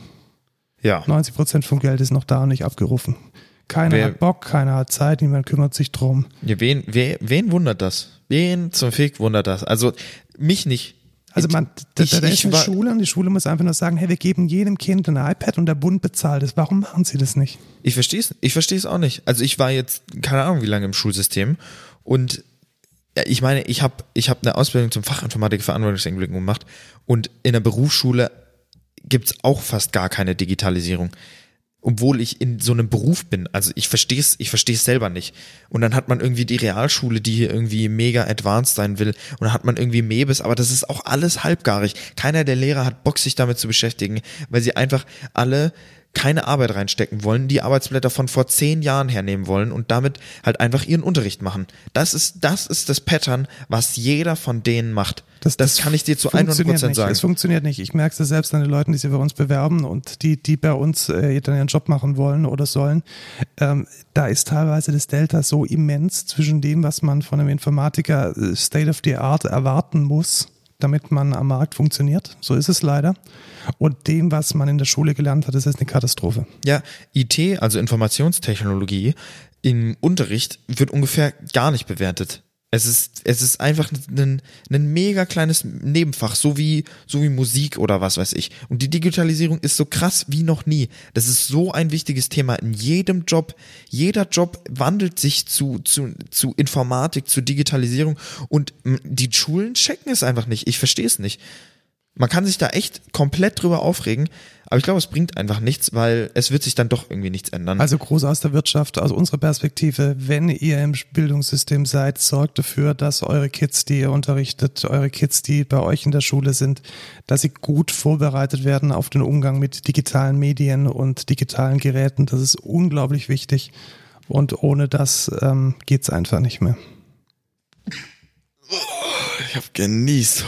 Ja.
90 Prozent vom Geld ist noch da und nicht abgerufen. Keiner
Wer-
hat Bock, keiner hat Zeit, niemand kümmert sich drum.
Ja, wen, wen, wen wundert das? Wen zum Fick wundert das? Also mich nicht.
Also man, da,
ich-
da
ich
ist eine
war-
Schule und die Schule muss einfach nur sagen, hey, wir geben jedem Kind ein iPad und der Bund bezahlt es. Warum machen sie das nicht?
Ich verstehe es. Ich verstehe es auch nicht. Also ich war jetzt keine Ahnung wie lange im Schulsystem und ja, ich meine, ich habe ich hab eine Ausbildung zum Fachinformatik für Anwendungsentwicklung gemacht und in der Berufsschule gibt's auch fast gar keine Digitalisierung, obwohl ich in so einem Beruf bin. Also ich verstehe es, ich verstehe es selber nicht. Und dann hat man irgendwie die Realschule, die hier irgendwie mega advanced sein will und dann hat man irgendwie Mebis, aber das ist auch alles halbgarig. Keiner der Lehrer hat Bock, sich damit zu beschäftigen, weil sie einfach alle keine Arbeit reinstecken wollen, die Arbeitsblätter von vor zehn Jahren hernehmen wollen und damit halt einfach ihren Unterricht machen. Das ist, das ist das Pattern, was jeder von denen macht. Das, kann ich dir zu 100
funktioniert
Prozent
nicht.
sagen.
Es funktioniert nicht. Ich merke es ja selbst an den Leuten, die sich bei uns bewerben und die, die bei uns äh, dann ihren Job machen wollen oder sollen. Ähm, da ist teilweise das Delta so immens zwischen dem, was man von einem Informatiker äh, State of the Art erwarten muss, damit man am Markt funktioniert. So ist es leider. Und dem, was man in der Schule gelernt hat, das ist eine Katastrophe.
Ja, IT, also Informationstechnologie, im Unterricht wird ungefähr gar nicht bewertet. Es ist, es ist einfach ein, ein mega kleines Nebenfach, so wie, so wie Musik oder was weiß ich. Und die Digitalisierung ist so krass wie noch nie. Das ist so ein wichtiges Thema in jedem Job. Jeder Job wandelt sich zu, zu, zu Informatik, zu Digitalisierung und mm, die Schulen checken es einfach nicht. Ich verstehe es nicht. Man kann sich da echt komplett drüber aufregen, aber ich glaube, es bringt einfach nichts, weil es wird sich dann doch irgendwie nichts ändern.
Also groß aus der Wirtschaft, aus unserer Perspektive, wenn ihr im Bildungssystem seid, sorgt dafür, dass eure Kids, die ihr unterrichtet, eure Kids, die bei euch in der Schule sind, dass sie gut vorbereitet werden auf den Umgang mit digitalen Medien und digitalen Geräten. Das ist unglaublich wichtig. Und ohne das ähm, geht's einfach nicht mehr.
ich habe genießt.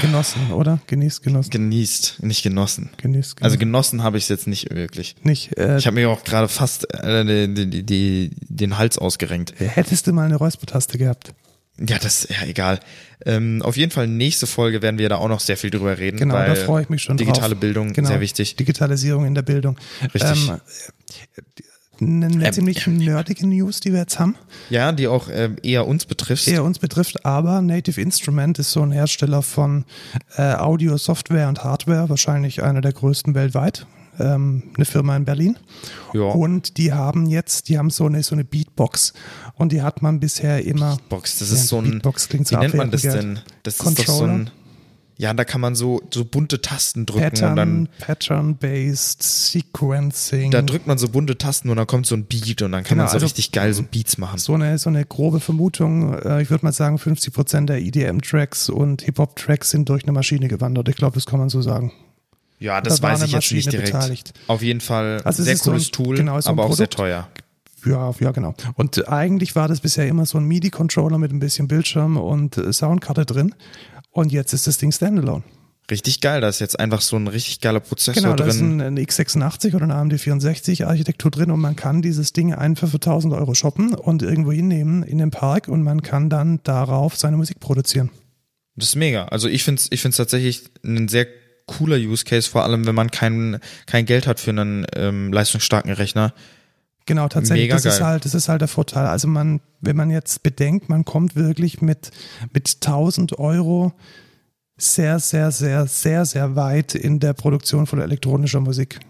Genossen, oder? Genießt, genossen.
Genießt, nicht genossen.
Genießt, genossen.
Also genossen habe ich es jetzt nicht wirklich.
nicht. Äh,
Ich habe mir auch gerade fast äh, die, die, die, den Hals ausgerenkt.
hättest du mal eine Räuspertaste gehabt.
Ja, das ja egal. Ähm, auf jeden Fall nächste Folge werden wir da auch noch sehr viel drüber reden.
Genau,
weil
da freue ich mich schon drauf.
Digitale Bildung,
genau, Ähm,
sehr wichtig.
Digitalisierung in der Bildung.
Richtig.
eine eine
Ähm,
ziemlich nerdige News, die wir jetzt haben,
Ja, die auch ähm, eher uns betrifft.
eher uns betrifft, aber Native Instrument ist so ein Hersteller von äh, Audio, Software und Hardware, wahrscheinlich einer der größten weltweit. Ähm, eine Firma in Berlin.
Ja.
Und die haben jetzt, die haben so eine, so eine Beatbox. Und die hat man bisher immer.
Beatbox. Das
Ja,
ist so ein.
Beatbox klingt
wie
so
nennt man das
abwertend,
denn? Das ist doch so
Controller?
ein. Ja, da kann man so, so bunte Tasten drücken und
Pattern,
dann.
Pattern-based Sequencing.
Da drückt man so bunte Tasten und dann kommt so ein Beat und dann kann
Mhm. Genau,
man so
also-
richtig geil so Beats machen.
so eine, so eine grobe Vermutung. Äh, Ich würde mal sagen, 50 Prozent der EDM-Tracks und Hip-Hop-Tracks sind durch eine Maschine gewandert. Ich glaube, das kann man so sagen.
ja, das
da war
weiß
eine
ich jetzt
Maschine
nicht direkt.
beteiligt.
Auf jeden Fall
Also es
sehr
ist so ein-
cooles Tool,
genau, ist so ein
aber auch sehr
Produkt.
teuer.
Ja, ja, genau. Und eigentlich war das bisher immer so ein MIDI-Controller mit ein bisschen Bildschirm und äh, Soundkarte drin. Und jetzt ist das Ding standalone.
Richtig geil, da ist jetzt einfach so ein richtig geiler Prozessor
Genau, da ist
drin.
ein, ein x86 oder eine AMD64-Architektur drin und man kann dieses Ding einfach für 1000 Euro shoppen und irgendwo hinnehmen in den Park und man kann dann darauf seine Musik produzieren.
Das ist mega. Also ich find's, ich find's tatsächlich ein sehr cooler Use Case, vor allem wenn man kein, kein Geld hat für einen ähm, leistungsstarken Rechner.
Genau, tatsächlich.
Mega
das ist
geil.
halt, das ist halt der Vorteil. Also man, wenn man jetzt bedenkt, man kommt wirklich mit, mit 1000 Euro sehr, sehr, sehr, sehr, sehr weit in der Produktion von elektronischer Musik.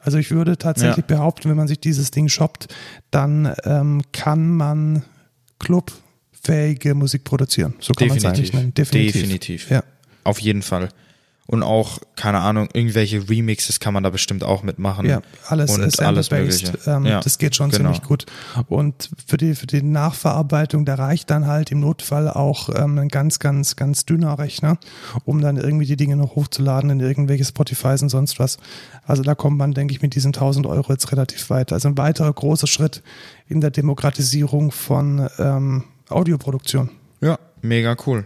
Also ich würde tatsächlich behaupten, wenn man sich dieses Ding shoppt, dann ähm, kann man Club, fähige Musik produzieren. So kann man es eigentlich nennen.
Definitiv. Definitiv.
Ja.
Auf jeden Fall. Und auch, keine Ahnung, irgendwelche Remixes kann man da bestimmt auch mitmachen.
Ja, alles
und
ist
alles
sample-based.
Mögliche.
Ähm,
ja,
Das geht schon
genau.
ziemlich gut. Und für die, für die Nachverarbeitung, da reicht dann halt im Notfall auch ähm, ein ganz, ganz, ganz dünner Rechner, um dann irgendwie die Dinge noch hochzuladen in irgendwelche Spotifys und sonst was. Also da kommt man, denke ich, mit diesen 1000 Euro jetzt relativ weit. Also ein weiterer großer Schritt in der Demokratisierung von ähm, Audioproduktion.
Ja, mega cool.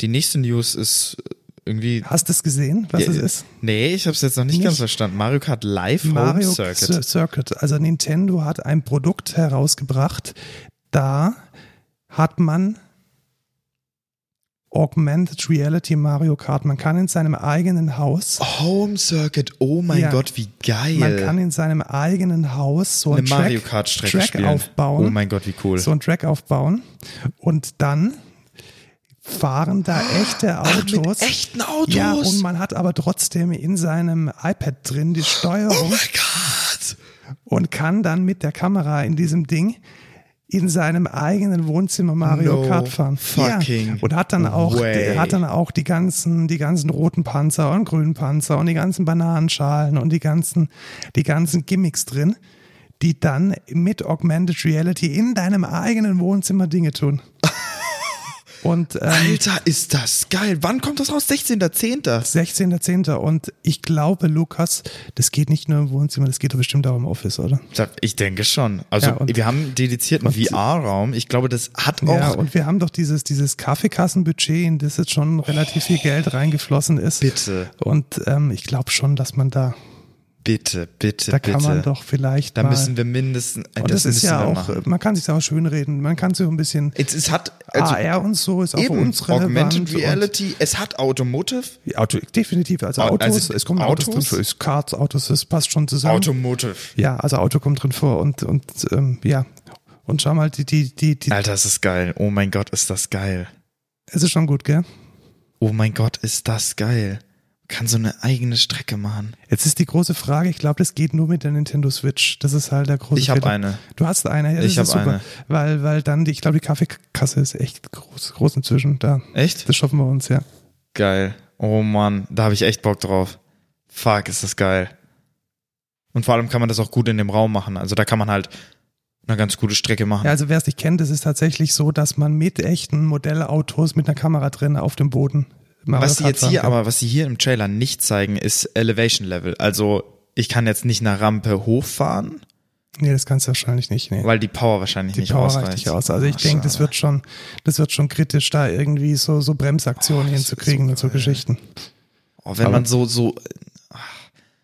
Die nächste News ist irgendwie.
Hast du es gesehen, was
Ja,
es ist?
Nee, ich habe es jetzt noch nicht,
Nicht?
ganz verstanden. Mario Kart Live
Mario
Home Circuit.
Cir- Circuit. Also Nintendo hat ein Produkt herausgebracht, da hat man Augmented Reality Mario Kart. Man kann in seinem eigenen Haus,
Home Circuit, oh mein
Ja.
Gott, wie Oh, geil.
man kann in seinem eigenen Haus so
eine
einen
Mario
Track,
Kart Strecke
Track
spielen.
aufbauen.
Oh mein Gott, wie cool.
so einen Track aufbauen und dann fahren da echte Autos.
Ah, echten Autos.
Ja, und man hat aber trotzdem in seinem iPad drin
Oh,
die Steuerung.
mein Gott.
und kann dann mit der Kamera in diesem Ding in seinem eigenen Wohnzimmer Mario
No
Kart fahren.
fucking
Und hat dann auch
way.
hat dann auch die ganzen die ganzen roten Panzer und grünen Panzer und die ganzen Bananenschalen und die ganzen die ganzen Gimmicks drin, die dann mit Augmented Reality in deinem eigenen Wohnzimmer Dinge tun. und ähm,
Alter, ist das geil. Wann kommt das raus? 16.10.
16.10. Und ich glaube, Lukas, das geht nicht nur im Wohnzimmer, das geht doch bestimmt auch im Office, oder?
Ich denke schon. Also,
Ja, und-
wir haben einen dedizierten VR-Raum. Ich glaube, das hat auch.
Ja, und wir haben doch dieses, dieses Kaffeekassenbudget, in das jetzt schon relativ viel Geld reingeflossen ist.
bitte,
Und ähm, ich glaube schon, dass man da,
bitte, bitte,
da
bitte.
kann man doch vielleicht
da
mal.
müssen wir mindestens. äh,
und das, ist
müssen
ja
wir
auch, äh,
machen.
man kann sich da auch schönreden. Man kann so ein bisschen
Es, es hat. Also,
AR und so ah, ist auch für
eben,
uns relevant.
Augmented Reality. Es hat Automotive.
Und, Auto, definitiv, also
Au-
Autos,
also
es kommen Autos,
Autos?
drin vor, Karts, Autos, das passt schon zusammen.
Automotive.
Ja, also Auto kommt drin vor und, und ähm, ja. Und schau mal, die, die, die, die,
Alter, das ist geil. Oh mein Gott, ist das geil.
es ist schon gut, gell?
Oh mein Gott, ist das geil. Kann so eine eigene Strecke machen.
Jetzt ist die große Frage, ich glaube, das geht nur mit der Nintendo Switch. Das ist halt der große
Ich habe
Fehler.
eine.
Du hast eine, ja, das
Ich
ist
hab
super.
eine.
Weil, weil dann, die, ich glaube, die Kaffeekasse ist echt groß, groß inzwischen da.
Echt?
Das schaffen wir uns, ja.
Geil. Oh Mann, da habe ich echt Bock drauf. Fuck, ist das geil. Und vor allem kann man das auch gut in dem Raum machen. Also da kann man halt eine ganz gute Strecke machen.
Ja, also wer es nicht kennt, es ist tatsächlich so, dass man mit echten Modellautos mit einer Kamera drin auf dem Boden Mario
was sie
Kart
jetzt
fahren
hier,
kann.
aber was sie hier im Trailer nicht zeigen, ist Elevation Level. Also ich kann jetzt nicht nach Rampe hochfahren,
Nee, das kannst du wahrscheinlich nicht. Nee.
weil die Power wahrscheinlich
Die
nicht
Power
ausreicht.
reicht nicht aus. Also ich
Ach,
denke, das
schade.
wird schon, das wird schon kritisch, da irgendwie so, so Bremsaktionen hinzukriegen und so Geschichten.
Oh, wenn
Aber-
man so, so, ah,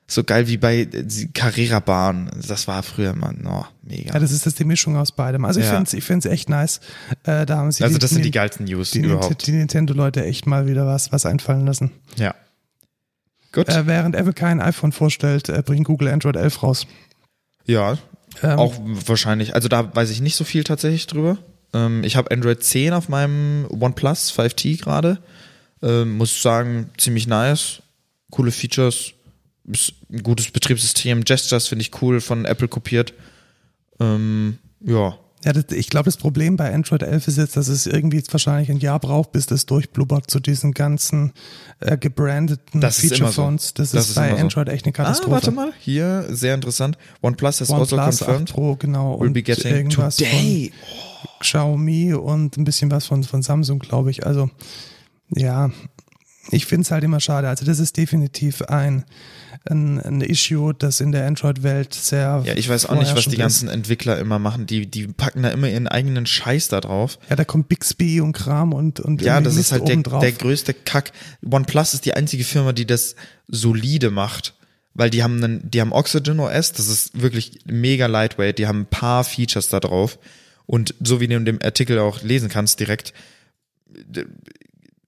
so geil wie bei äh, die Carrera-Bahn, das war früher mal, oh, mega.
Ja, das ist jetzt die Mischung aus beidem. Also ich
Ja.
find's, ich find's echt nice. Äh, da haben sie
also das sind die
Nin-
geilsten News
die, Nin-
überhaupt.
die Nintendo-Leute echt mal wieder was, was einfallen lassen.
ja. Gut.
Äh, während Apple kein iPhone vorstellt, äh, bringt Google Android 11 raus.
ja,
Ähm,
auch wahrscheinlich. Also da weiß ich nicht so viel tatsächlich drüber. Ähm, ich habe Android 10 auf meinem OnePlus 5T gerade. Ähm, muss sagen, ziemlich nice. Coole Features. Ist ein gutes Betriebssystem. Gestures finde ich cool, von Apple kopiert. Ähm, ja.
Ja, das, ich glaube, das Problem bei Android 11 ist jetzt, dass es irgendwie jetzt wahrscheinlich ein Jahr braucht, bis das durchblubbert zu diesen ganzen äh, gebrandeten
Das ist immer so.
Feature-Phones. Das,
Das
ist
ist
bei
immer so.
Android echt eine
Ah,
Katastrophe.
warte mal. Hier, sehr interessant. OnePlus has also
OnePlus 8
confirmed.
Pro, genau.
We'll
Und
be getting
irgendwas
today.
von Xiaomi und ein bisschen was von, von Samsung, glaube ich. Also, ja, ich finde es halt immer schade. Also, das ist definitiv ein, ein, ein Issue, das in der Android-Welt sehr.
Ja, ich weiß auch nicht, was die
vorherrschend ist.
ganzen Entwickler immer machen. Die, die packen da immer ihren eigenen Scheiß da drauf.
Ja, da kommt Bixby und Kram und, und
Ja,
irgendwie
das
Mist
ist halt der,
obendrauf.
der größte Kack. OnePlus ist die einzige Firma, die das solide macht, weil die haben einen, die haben Oxygen OS, das ist wirklich mega lightweight, die haben ein paar Features da drauf und so wie du in dem Artikel auch lesen kannst direkt d-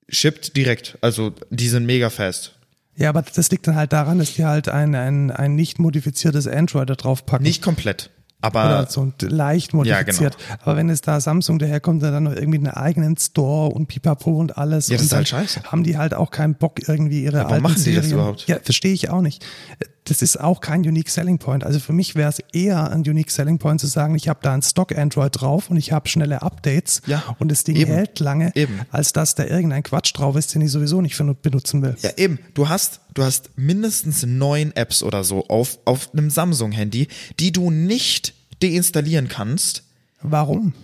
shippt direkt, also die sind mega fast.
ja, aber das liegt dann halt daran, dass die halt ein, ein, ein nicht modifiziertes Android da drauf packen.
Nicht komplett, aber
Oder so und leicht modifiziert.
genau.
Aber wenn es da Samsung daherkommt, dann noch irgendwie einen eigenen Store und Pipapo und alles.
Ja, das
und
ist halt
dann
scheiße.
Haben die halt auch keinen Bock, irgendwie ihre
warum
alten
machen die das
Serien.
überhaupt?
Ja, verstehe ich auch nicht. das ist auch kein Unique Selling Point. Also für mich wäre es eher ein Unique Selling Point zu sagen, ich habe da ein Stock Android drauf und ich habe schnelle Updates
Ja,
und das Ding
eben,
hält lange,
eben.
als dass da irgendein Quatsch drauf ist, den ich sowieso nicht für- benutzen will.
Ja, eben. Du hast, du hast mindestens neun Apps oder so auf, auf einem Samsung-Handy, die du nicht deinstallieren kannst
Warum?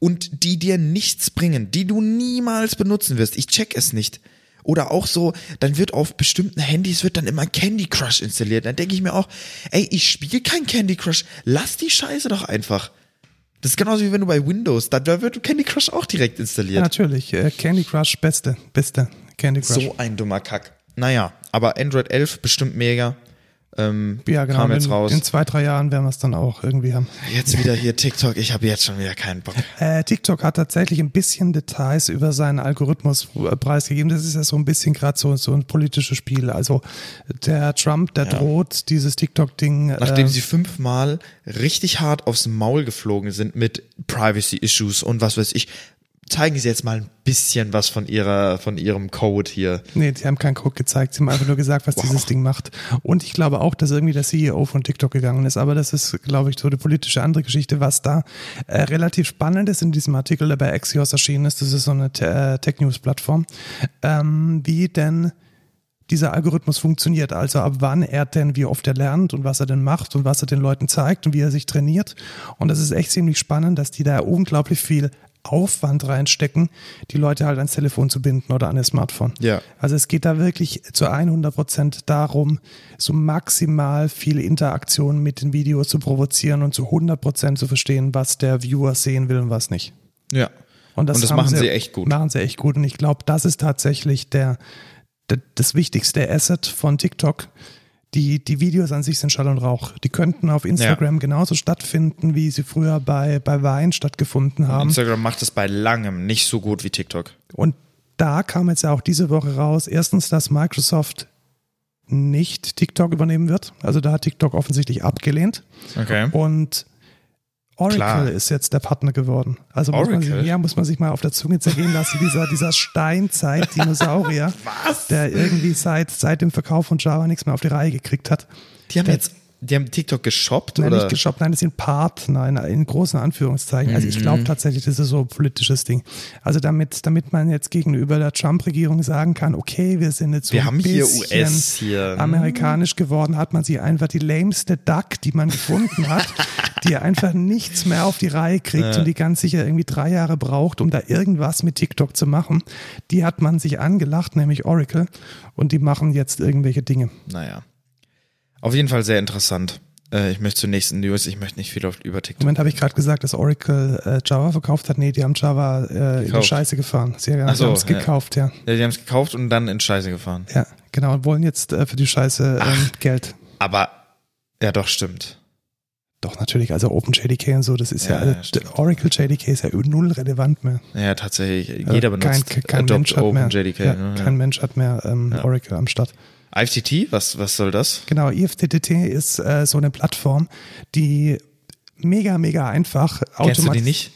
und die dir nichts bringen, die du niemals benutzen wirst. Ich check es nicht. Oder auch so, dann wird auf bestimmten Handys wird dann immer Candy Crush installiert. Dann denke ich mir auch, ey, ich spiele kein Candy Crush. Lass die Scheiße doch einfach. Das ist genauso wie wenn du bei Windows, da, da wird Candy Crush auch direkt
Ja,
installiert.
natürlich. Äh, Candy Crush, beste, beste. Candy Crush.
So ein dummer Kack. Naja, aber Android 11 bestimmt mega. Ähm,
ja, genau.
Kam jetzt
in,
raus.
in zwei, drei Jahren werden wir es dann auch irgendwie haben.
Jetzt wieder hier TikTok. Ich habe jetzt schon wieder keinen Bock.
Äh, TikTok hat tatsächlich ein bisschen Details über seinen Algorithmus äh, preisgegeben. Das ist ja so ein bisschen gerade so, so ein politisches Spiel. Also der Trump, der droht, dieses TikTok-Ding.
Nachdem
äh,
sie fünfmal richtig hart aufs Maul geflogen sind mit Privacy Issues und was weiß ich, zeigen sie jetzt mal ein bisschen was von ihrer, von ihrem Code hier.
Nee, die haben keinen Code gezeigt. Sie haben einfach nur gesagt, was dieses Ding macht. Und ich glaube auch, dass irgendwie der CEO von TikTok gegangen ist. Aber das ist, glaube ich, so eine politische andere Geschichte. Was da äh, relativ spannend ist in diesem Artikel, der bei Axios erschienen ist, das ist so eine Te- äh, Tech-News-Plattform, ähm, wie denn dieser Algorithmus funktioniert. Also ab wann er denn, wie oft er lernt und was er denn macht und was er den Leuten zeigt und wie er sich trainiert. Und das ist echt ziemlich spannend, dass die da unglaublich viel Aufwand reinstecken, die Leute halt ans Telefon zu binden oder an ihr Smartphone.
Ja.
Also es geht da wirklich zu 100 Prozent darum, so maximal viel Interaktion mit den Videos zu provozieren und zu 100 Prozent zu verstehen, was der Viewer sehen will und was nicht.
Ja. Und das,
haben
machen sie, echt gut.
Machen sie echt gut. Und ich glaube, das ist tatsächlich der, der, das wichtigste Asset von TikTok. Die, die Videos an sich sind Schall und Rauch. Die könnten auf Instagram genauso stattfinden, wie sie früher bei, bei Wein stattgefunden haben.
Instagram macht es bei langem nicht so gut wie TikTok.
Und da kam jetzt ja auch diese Woche raus, erstens, dass Microsoft nicht TikTok übernehmen wird. Also da hat TikTok offensichtlich abgelehnt.
Okay.
Oh, Und Oracle
Klar.
ist jetzt der Partner geworden. Also muss man, sich,
Oracle?
ja, muss man sich mal auf der Zunge zergehen lassen, dieser, dieser Steinzeit-Dinosaurier,
Was?
der irgendwie seit, seit dem Verkauf von Java nichts mehr auf die Reihe gekriegt hat.
Die haben
der-
jetzt, die haben TikTok geshoppt
Nein,
oder?
nicht geshoppt, nein, das sind Partner in, in großen Anführungszeichen. Also ich
Mhm.
glaube tatsächlich, das ist so ein politisches Ding. Also damit, damit man jetzt gegenüber der Trump-Regierung sagen kann, okay, wir sind jetzt so
Wir
ein
haben hier
bisschen
US hier.
amerikanisch geworden, hat man sie einfach die lameste Duck, die man gefunden hat, die einfach nichts mehr auf die Reihe kriegt und die ganz sicher irgendwie drei Jahre braucht, um da irgendwas mit TikTok zu machen. Die hat man sich angelacht, nämlich Oracle, und die machen jetzt irgendwelche Dinge.
Naja. Auf jeden Fall sehr interessant. Äh, Ich möchte zur nächsten News. Ich möchte nicht viel auf, über TikTok.
Moment, habe ich gerade gesagt, dass Oracle äh, Java verkauft hat? Nee, die haben Java äh, in die
Gekauft.
Scheiße gefahren. Sie haben
Ach so,
es
ja.
gekauft, ja.
Ja, die haben es gekauft und dann in Scheiße gefahren.
Ja, genau. Und wollen jetzt äh, für die Scheiße ähm, Geld.
Aber, ja doch, stimmt.
Doch, natürlich. Also OpenJDK und so, das ist ja,
Ja,
alle,
ja, stimmt.
Oracle JDK ist ja null relevant mehr.
Ja, tatsächlich.
Also
Jeder benutzt
kein, kein
Adopt
Mensch hat mehr,
OpenJDK.
Ja,
ne?
Kein Mensch hat mehr ähm,
Ja.
Oracle am Start.
IFTT, was, was soll das?
Genau, IFTTT ist äh, so eine Plattform, die mega, mega einfach
Kennst du die
automatisiert-
nicht?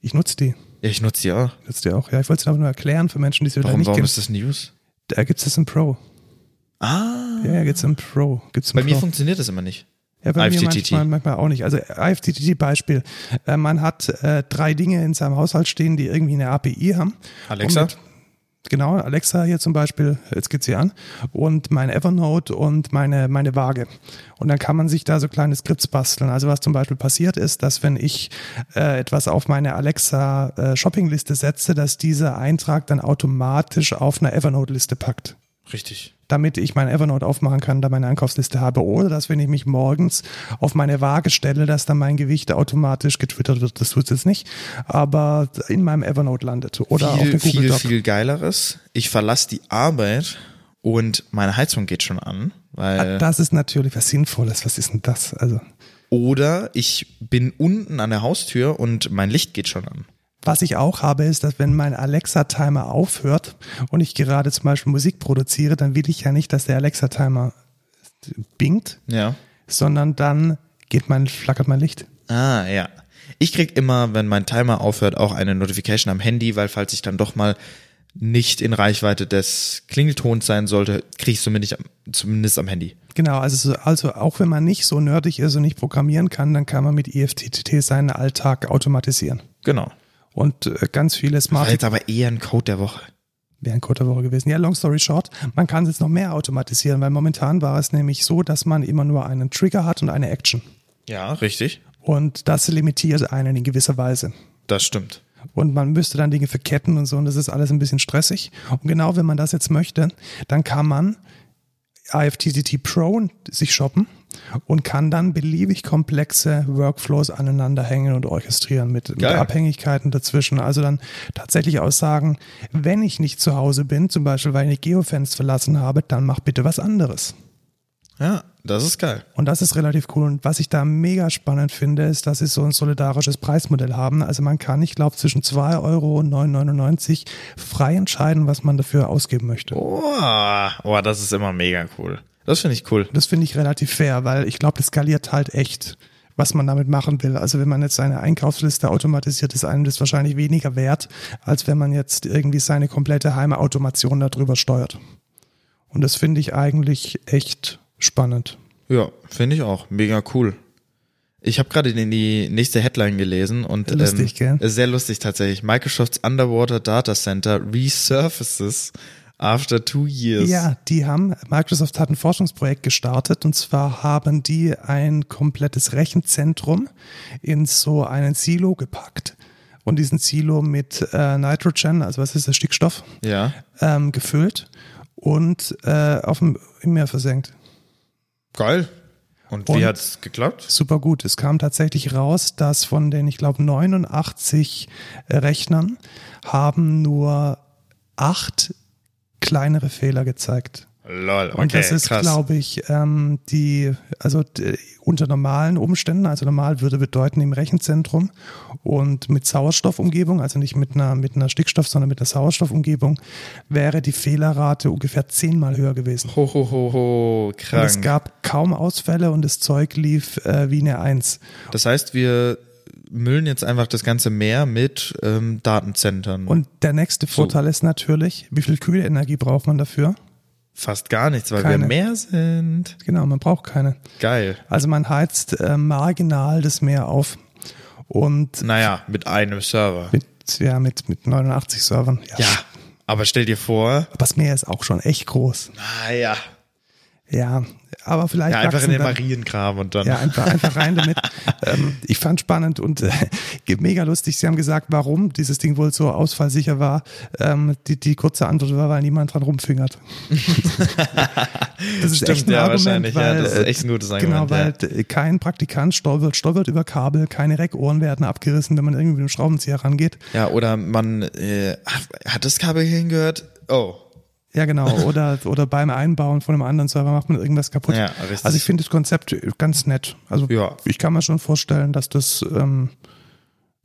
Ich nutze die.
Ja, ich nutze die auch.
Nutze die auch. Ja, ich wollte es aber nur erklären für Menschen, die es wieder
Warum,
nicht
warum
kennen.
ist das News?
Da gibt es ein Pro.
Ah,
Ja, ja, gibt's im Pro. Gibt's im
bei
Pro.
mir funktioniert das immer nicht.
ja, bei mir
IFTTT.
manchmal, manchmal auch nicht. Also IFTTT-Beispiel. Äh, man hat äh, drei Dinge in seinem Haushalt stehen, die irgendwie eine API haben.
Alexa?
Und mit- genau, Alexa hier zum Beispiel, jetzt geht's hier an. Und mein Evernote und meine, meine Waage. Und dann kann man sich da so kleine Skripts basteln. Also was zum Beispiel passiert ist, dass wenn ich äh, etwas auf meine Alexa äh, Shoppingliste setze, dass dieser Eintrag dann automatisch auf eine Evernote-Liste packt
Richtig.
damit ich mein Evernote aufmachen kann, da meine Einkaufsliste habe. Oder dass, wenn ich mich morgens auf meine Waage stelle, dass dann mein Gewicht automatisch getwittert wird. Das tut es jetzt nicht, aber in meinem Evernote landet. Oder auf
viel,
dem Google
viel,
Doc.
viel geileres. Ich verlasse die Arbeit und meine Heizung geht schon an, weil
Das ist natürlich was Sinnvolles. Was ist denn das? Also,
oder ich bin unten an der Haustür und mein Licht geht schon an.
was ich auch habe, ist, dass wenn mein Alexa-Timer aufhört und ich gerade zum Beispiel Musik produziere, dann will ich ja nicht, dass der Alexa-Timer bingt,
Ja.
sondern dann geht mein, flackert mein Licht.
Ah, ja. Ich krieg immer, wenn mein Timer aufhört, auch eine Notification am Handy, weil falls ich dann doch mal nicht in Reichweite des Klingeltons sein sollte, kriege ich zumindest, zumindest am Handy.
Genau, also, also auch wenn man nicht so nerdig ist und nicht programmieren kann, dann kann man mit E EFTTT seinen Alltag automatisieren.
Genau.
Und äh, ganz viele
War
smarte
jetzt aber eher ein Code der Woche.
wäre ein kurzer Woche gewesen. Ja, long story short, man kann es jetzt noch mehr automatisieren, weil momentan war es nämlich so, dass man immer nur einen Trigger hat und eine Action.
Ja, richtig.
Und das limitiert einen in gewisser Weise.
Das stimmt.
Und man müsste dann Dinge verketten und so, und das ist alles ein bisschen stressig. Und genau wenn man das jetzt möchte, dann kann man IFTTT Pro sich shoppen und kann dann beliebig komplexe Workflows aneinander hängen und orchestrieren mit, mit
Geil.
Abhängigkeiten dazwischen. Also dann tatsächlich aussagen, wenn ich nicht zu Hause bin, zum Beispiel weil ich Geofence verlassen habe, dann mach bitte was anderes.
Ja, das ist geil.
Und das ist relativ cool. Und was ich da mega spannend finde, ist, dass sie so ein solidarisches Preismodell haben. Also man kann, ich glaube, zwischen 2 Euro und 9,99 frei entscheiden, was man dafür ausgeben möchte.
Oh, oh, das ist immer mega cool. Das finde ich cool.
Das finde ich relativ fair, weil ich glaube, das skaliert halt echt, was man damit machen will. Also wenn man jetzt seine Einkaufsliste automatisiert, ist einem das wahrscheinlich weniger wert, als wenn man jetzt irgendwie seine komplette Heimautomation darüber steuert. Und das finde ich eigentlich echt spannend.
Ja, finde ich auch. Mega cool. Ich habe gerade die- die nächste Headline gelesen und
Lustig,
ähm,
gell?
sehr lustig tatsächlich. Microsofts Underwater Data Center resurfaces after two years.
Ja, die haben, Microsoft hat ein Forschungsprojekt gestartet und zwar haben die ein komplettes Rechenzentrum in so einen Silo gepackt und diesen Silo mit äh, Nitrogen, also was ist der Stickstoff,
Ja,
ähm, gefüllt und äh, auf dem, im Meer versenkt.
geil. Und,
Und-
wie hat's geklappt?
Super gut. Es kam tatsächlich raus, dass von den, ich glaube, 89 Rechnern haben nur acht kleinere Fehler gezeigt.
Lol, okay,
Und das ist,
krass.
glaube ich, ähm, die, also d- unter normalen Umständen, also normal würde bedeuten im Rechenzentrum und mit Sauerstoffumgebung, also nicht mit einer, mit einer Stickstoff, sondern mit einer Sauerstoffumgebung, wäre die Fehlerrate ungefähr zehnmal höher gewesen.
ho, ho, ho, ho,
Und
krank.
es gab kaum Ausfälle und das Zeug lief äh, wie eine Eins.
Das heißt, wir müllen jetzt einfach das ganze Meer mit ähm, Datenzentren.
Und der nächste Vorteil ist natürlich, wie viel Kühlenergie braucht man dafür?
fast gar nichts, weil
Keine.
wir mehr sind.
Genau, man braucht keine.
Geil.
Also man heizt äh, marginal das Meer auf. Und
Naja, mit einem Server.
Mit, ja, mit, mit 89 Servern.
Ja, aber stell dir vor,
Aber das Meer ist auch schon echt groß.
naja,
Ja, aber vielleicht
ja, einfach
wachsen
in den
dann-
Mariengraben und dann.
Ja, einfach, einfach rein damit. ähm, ich fand spannend und äh, mega lustig. Sie haben gesagt, warum dieses Ding wohl so ausfallsicher war. Ähm, die, die kurze Antwort war, weil niemand dran rumfingert. das ist
Stimmt,
echt ein
ja,
Argument,
wahrscheinlich, ja,
weil,
das ist echt ein gutes
äh, Genau,
Argument,
weil
ja.
d- kein Praktikant stolpert, stolpert über Kabel, keine Reckohren werden abgerissen, wenn man irgendwie mit dem Schraubenzieher rangeht.
Ja, oder man äh, hat das Kabel hingehört? Oh.
Ja, genau. Oder, oder beim Einbauen von einem anderen Server macht man irgendwas kaputt.
Ja, richtig.
Also ich finde das Konzept ganz nett. Also
Ja.
ich kann mir schon vorstellen, dass das ähm,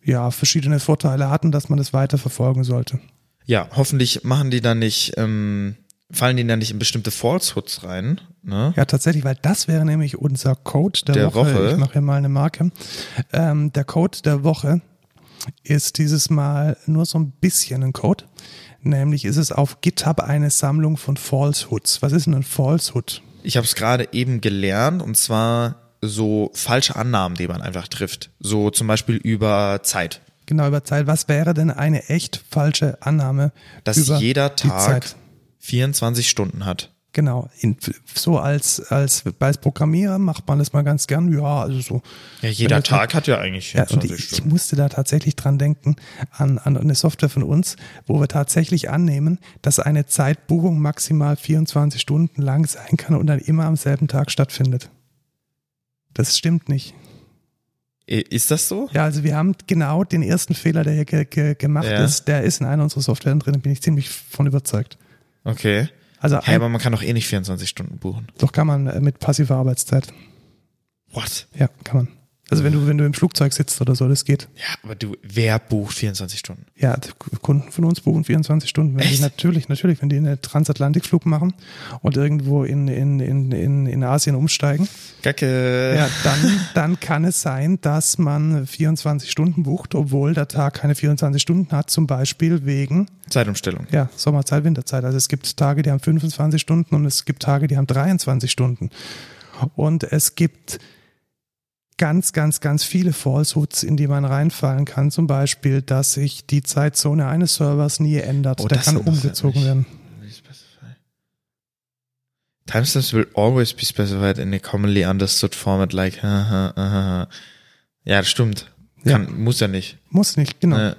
ja verschiedene Vorteile hat und dass man das weiter verfolgen sollte.
Ja, hoffentlich machen die dann nicht, ähm, fallen die dann nicht in bestimmte Falsehoods rein. Ne?
Ja, tatsächlich, weil das wäre nämlich unser Code der,
Der
Woche.
Woche.
Ich mache hier mal eine Marke. Ähm, der Code der Woche ist dieses Mal nur so ein bisschen ein Code. Nämlich ist es auf GitHub eine Sammlung von Falsehoods. Was ist denn ein Falsehood?
Ich habe es gerade eben gelernt und zwar so falsche Annahmen, die man einfach trifft. So zum Beispiel über Zeit.
genau über Zeit. Was wäre denn eine echt falsche Annahme
Dass
über
jeder
die
Tag
Zeit?
24 Stunden hat.
Genau, in, so als, als, als Programmierer macht man das mal ganz gern. Ja, also so.
Ja, jeder
Wenn das-
Tag hat ja eigentlich
Ja, und
24
ich, ich
Stunden.
musste da tatsächlich dran denken, an, an eine Software von uns, wo wir tatsächlich annehmen, dass eine Zeitbuchung maximal 24 Stunden lang sein kann und dann immer am selben Tag stattfindet. Das stimmt nicht.
Äh, Ist das so?
Ja, also wir haben genau den ersten Fehler, der hier ge ge gemacht
Ja.
ist, der ist in einer unserer Software drin, bin ich ziemlich von überzeugt.
Okay.
Also
Hey,
ein,
aber man kann doch eh nicht 24 Stunden buchen.
doch kann man äh, mit passiver Arbeitszeit.
What?
Ja, kann man. Also wenn du, wenn du im Flugzeug sitzt oder so, das geht.
Ja, aber du, wer bucht 24 Stunden?
Ja, die Kunden von uns buchen 24 Stunden. Wenn
Echt?
die natürlich, natürlich, wenn die einen Transatlantikflug machen und irgendwo in, in, in, in, in Asien umsteigen,
Kacke.
ja, dann, dann kann es sein, dass man 24 Stunden bucht, obwohl der Tag keine 24 Stunden hat, zum Beispiel wegen
Zeitumstellung.
ja, Sommerzeit, Winterzeit. Also es gibt Tage, die haben 25 Stunden und es gibt Tage, die haben 23 Stunden. Und es gibt ganz, ganz, ganz viele Falsehoods, in die man reinfallen kann. Zum Beispiel, dass sich die Zeitzone eines Servers nie ändert.
Oh,
Der
das
kann
haben wir
umgezogen
nicht.
werden.
Timestamps will always be specified in a commonly understood format like. haha, haha. Ja, das stimmt. Kann, Muss ja nicht.
Muss nicht, genau.
Ja,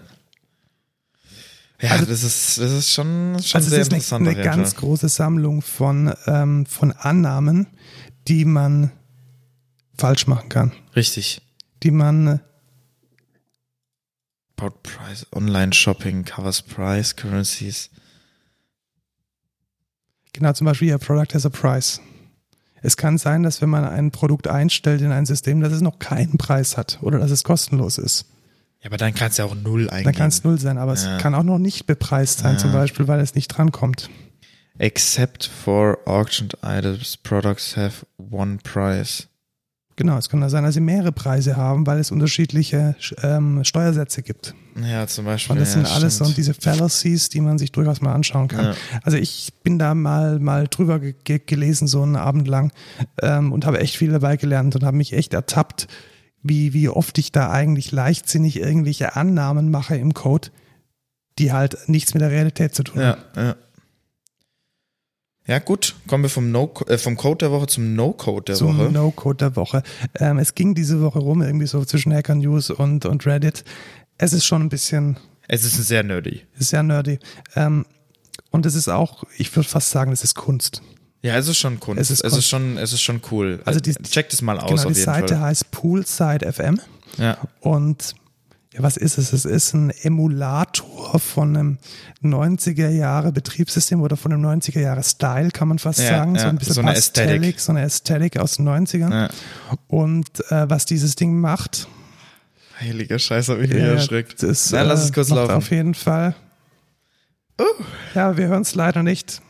ja
Also-
das ist das ist schon, schon
Also
sehr
es ist
interessant.
eine,
auf
eine
jeden
ganz
Fall.
große Sammlung von, ähm, von Annahmen, die man falsch machen kann.
Richtig.
Die man äh,
About price, online shopping covers price, currencies.
Genau, zum Beispiel ja, Product has a Price. Es kann sein, dass wenn man ein Produkt einstellt in ein System, dass es noch keinen Preis hat oder dass es kostenlos ist.
Ja, aber dann kannst du ja auch null eingeben.
Dann kann es null sein, aber
Ja.
es kann auch noch nicht bepreist sein, zum
Ja.
Beispiel, weil es nicht drankommt.
Except for auctioned items, products have one price.
Genau, es kann auch sein, dass sie mehrere Preise haben, weil es unterschiedliche ähm, Steuersätze gibt.
Ja, zum Beispiel.
Und das
ja,
sind alles so
stimmt.
diese Fallacies, die man sich durchaus mal anschauen kann.
Ja.
Also ich bin da mal, mal drüber ge ge gelesen, so einen Abend lang, ähm, und habe echt viel dabei gelernt und habe mich echt ertappt, wie, wie oft ich da eigentlich leichtsinnig irgendwelche Annahmen mache im Code, die halt nichts mit der Realität zu tun haben.
Ja, ja. Ja, gut. Kommen wir vom, no äh, vom Code der Woche zum No-Code der
zum
Woche.
No-Code der Woche. Ähm, es ging diese Woche rum, irgendwie so zwischen Hacker News und, und Reddit. Es ist schon ein bisschen
es ist sehr nerdy.
ist sehr nerdy. Ähm, und es ist auch, ich würde fast sagen, es ist Kunst.
Ja, es ist schon Kunst.
Es
Es
ist
ist,
Kunst.
schon, es ist schon cool. Äh,
Also die-
Checkt es mal aus
Genau,
auf
die
jeden
Seite
Fall.
heißt Poolside FM
Ja.
und ja, was ist es? Es ist ein Emulator von einem 90er Jahre Betriebssystem oder von einem 90er Jahre Style, kann man fast
Ja,
sagen. so
ja,
ein bisschen
so eine Ästhetik.
Pastellik, so eine Ästhetik aus den 90ern.
ja.
Und äh, was dieses Ding macht,
Heiliger Scheiß, hab ich mich
ja,
erschreckt.
das, äh,
Na, lass es kurz
macht
laufen. Oh.
Auf jeden Fall. Ja, wir hören es leider nicht.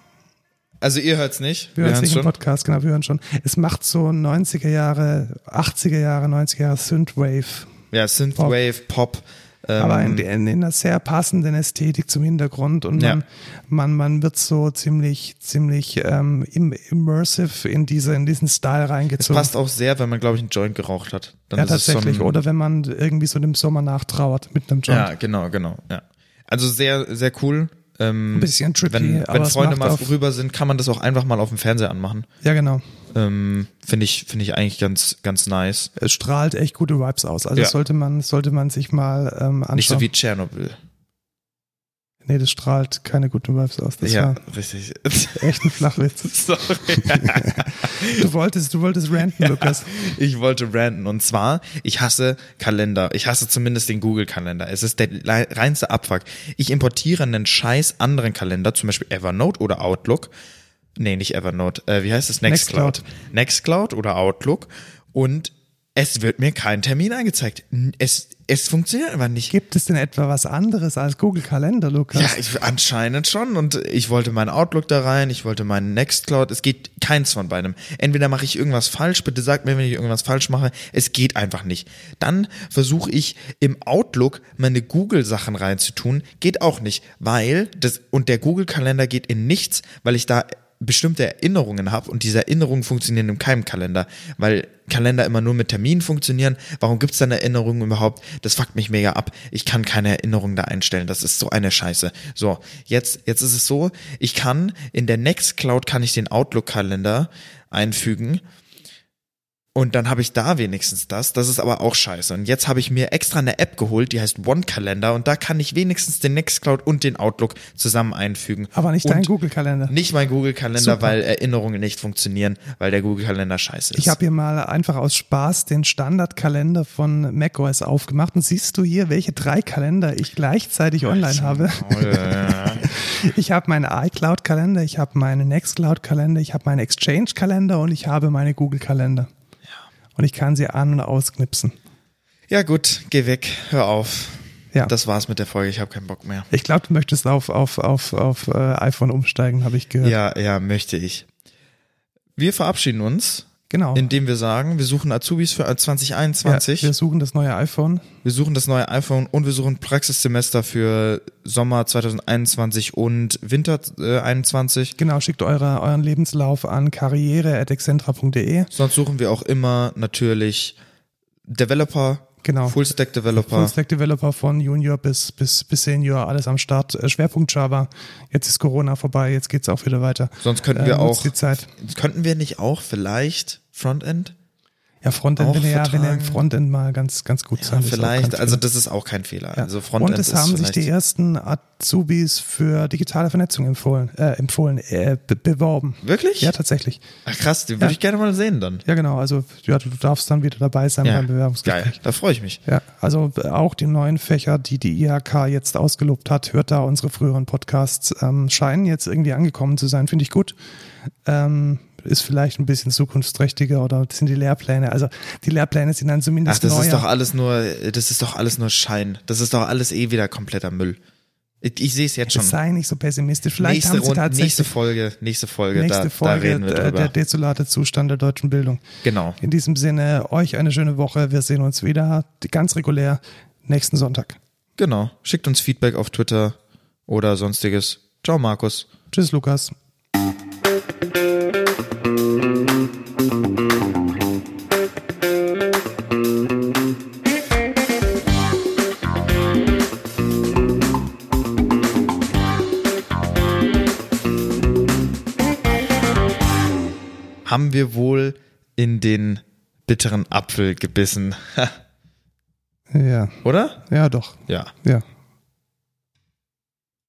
Also ihr hört's nicht.
Wir hören es
hören's
nicht im
schon.
Podcast, genau, wir hören schon. Es macht so 90er Jahre, 80er Jahre, 90er Jahre Synthwave.
Ja, Synthwave, Pop. ähm,
Aber in, in, in einer sehr passenden Ästhetik zum Hintergrund und
Ja.
man, man, man wird so ziemlich, ziemlich ähm, im, immersive in, diese, in diesen Style
es
reingezogen.
passt auch sehr, wenn man, glaube ich, einen Joint geraucht hat. Dann
ja,
ist es schon-
tatsächlich. Oder wenn man irgendwie so dem Sommer nachtrauert mit einem Joint.
Ja, genau, genau. Ja. Also sehr, sehr cool. Ähm,
Ein bisschen trippy,
wenn,
aber
wenn
es
Freunde
macht
mal
auf-
rüber sind, kann man das auch einfach mal auf dem Fernseher anmachen.
Ja, genau.
Ähm, finde ich, finde ich eigentlich ganz, ganz nice.
Es strahlt echt gute Vibes aus. Also
Ja.
das sollte man, sollte man sich mal ähm, anschauen.
Nicht so wie Tschernobyl.
nee, das strahlt keine guten Vibes aus. Das
ja,
war
richtig.
echt ein Flachwitz.
Sorry.
Du wolltest, du wolltest ranten, Lukas.
Ich wollte ranten. Und zwar, ich hasse Kalender. Ich hasse zumindest den Google-Kalender. Es ist der lei- reinste Abfuck. Ich importiere einen scheiß anderen Kalender, zum Beispiel Evernote oder Outlook. Nee, nicht Evernote. Äh, wie heißt es? Nextcloud. Nextcloud oder Outlook. Und es wird mir kein Termin angezeigt. N- Es, es funktioniert einfach nicht.
Gibt es denn etwa was anderes als Google Kalender, Lukas?
Ja, ich, anscheinend schon. Und ich wollte meinen Outlook da rein, ich wollte meinen Nextcloud. Es geht keins von beidem. Entweder mache ich irgendwas falsch, bitte sagt mir, wenn ich irgendwas falsch mache. Es geht einfach nicht. Dann versuche ich im Outlook meine Google-Sachen reinzutun. Geht auch nicht, weil das und der Google-Kalender geht in nichts, weil ich da bestimmte Erinnerungen habe und diese Erinnerungen funktionieren in keinem Kalender, weil Kalender immer nur mit Terminen funktionieren. Warum gibt's da eine Erinnerung überhaupt? Das fuckt mich mega ab. Ich kann keine Erinnerung da einstellen. Das ist so eine Scheiße. So, jetzt, jetzt ist es so, ich kann in der Nextcloud kann ich den Outlook-Kalender einfügen und dann habe ich da wenigstens das. Das ist aber auch scheiße. Und jetzt habe ich mir extra eine App geholt, die heißt One Calendar und da kann ich wenigstens den Nextcloud und den Outlook zusammen einfügen.
Aber nicht
und
dein Google Kalender.
nicht mein Google-Kalender,
Super.
weil Erinnerungen nicht funktionieren, weil der Google-Kalender scheiße ist.
Ich habe hier mal einfach aus Spaß den Standardkalender von macOS aufgemacht und siehst du hier, welche drei Kalender ich gleichzeitig online habe? Ich habe meinen iCloud-Kalender, ich habe meinen Nextcloud-Kalender, ich habe meinen Exchange-Kalender und ich habe meine Google-Kalender. Und ich kann sie an- und ausknipsen.
Ja gut, geh weg, hör auf.
Ja.
Das war's mit der Folge, ich habe keinen Bock mehr.
Ich glaube, du möchtest auf, auf, auf, auf äh, iPhone umsteigen, habe ich gehört.
Ja, ja, möchte ich. Wir verabschieden uns,
genau.
indem wir sagen, wir suchen Azubis für 2021,
Ja, wir suchen das neue iPhone.
wir suchen das neue iPhone und wir suchen Praxissemester für Sommer 2021 und Winter äh, 21.
Genau, schickt eure, euren Lebenslauf an karriere.excentra.de.
Sonst suchen wir auch immer natürlich Developer,
Genau.
Fullstack Developer.
Full-Stack Developer von Junior bis, bis, bis Senior, alles am Start. Äh, Schwerpunkt Java. Jetzt ist Corona vorbei, jetzt geht's auch wieder weiter.
Sonst könnten
Äh,
wir
nutzt
auch
die Zeit.
könnten wir nicht auch vielleicht Frontend?
Ja, Frontend,
auch
wenn ihr, ja, wenn ihr im
vertragen.
Frontend mal ganz, ganz gut
Ja,
sein ist auch
vielleicht,
ganz
also
viel.
das ist auch kein Fehler.
Ja.
Also Frontend
Und es
ist
haben sich
vielleicht
die ersten Azubis für digitale Vernetzung empfohlen, äh, empfohlen, äh, be beworben.
wirklich?
Ja, tatsächlich.
Ach krass, den würde
Ja.
ich gerne mal sehen dann.
Ja, genau. Also ja, du darfst dann wieder dabei sein beim Bewerbungsgespräch.
Geil, da freue ich mich.
Ja, also auch die neuen Fächer, die die IHK jetzt ausgelobt hat, hört da unsere früheren Podcasts, ähm, scheinen jetzt irgendwie angekommen zu sein, finde ich gut. Ähm, ist vielleicht ein bisschen zukunftsträchtiger oder sind die Lehrpläne, also die Lehrpläne sind dann
Ach,
zumindest
das
neuer.
ist doch alles nur, das ist doch alles nur Schein. Das ist doch alles eh wieder kompletter Müll. Ich, ich sehe es jetzt schon.
Sei nicht so pessimistisch, vielleicht
nächste
haben sie
Runde,
tatsächlich
nächste Folge, nächste Folge,
nächste
da, da
Folge
reden wir
äh,
drüber.
der desolate Zustand der deutschen Bildung.
genau.
In diesem Sinne, euch eine schöne Woche, wir sehen uns wieder ganz regulär nächsten Sonntag.
Genau. Schickt uns Feedback auf Twitter oder sonstiges. Ciao, Markus.
Tschüss Lukas.
Haben wir wohl in den bitteren Apfel gebissen,
Ja,
oder?
ja doch,
Ja.
ja.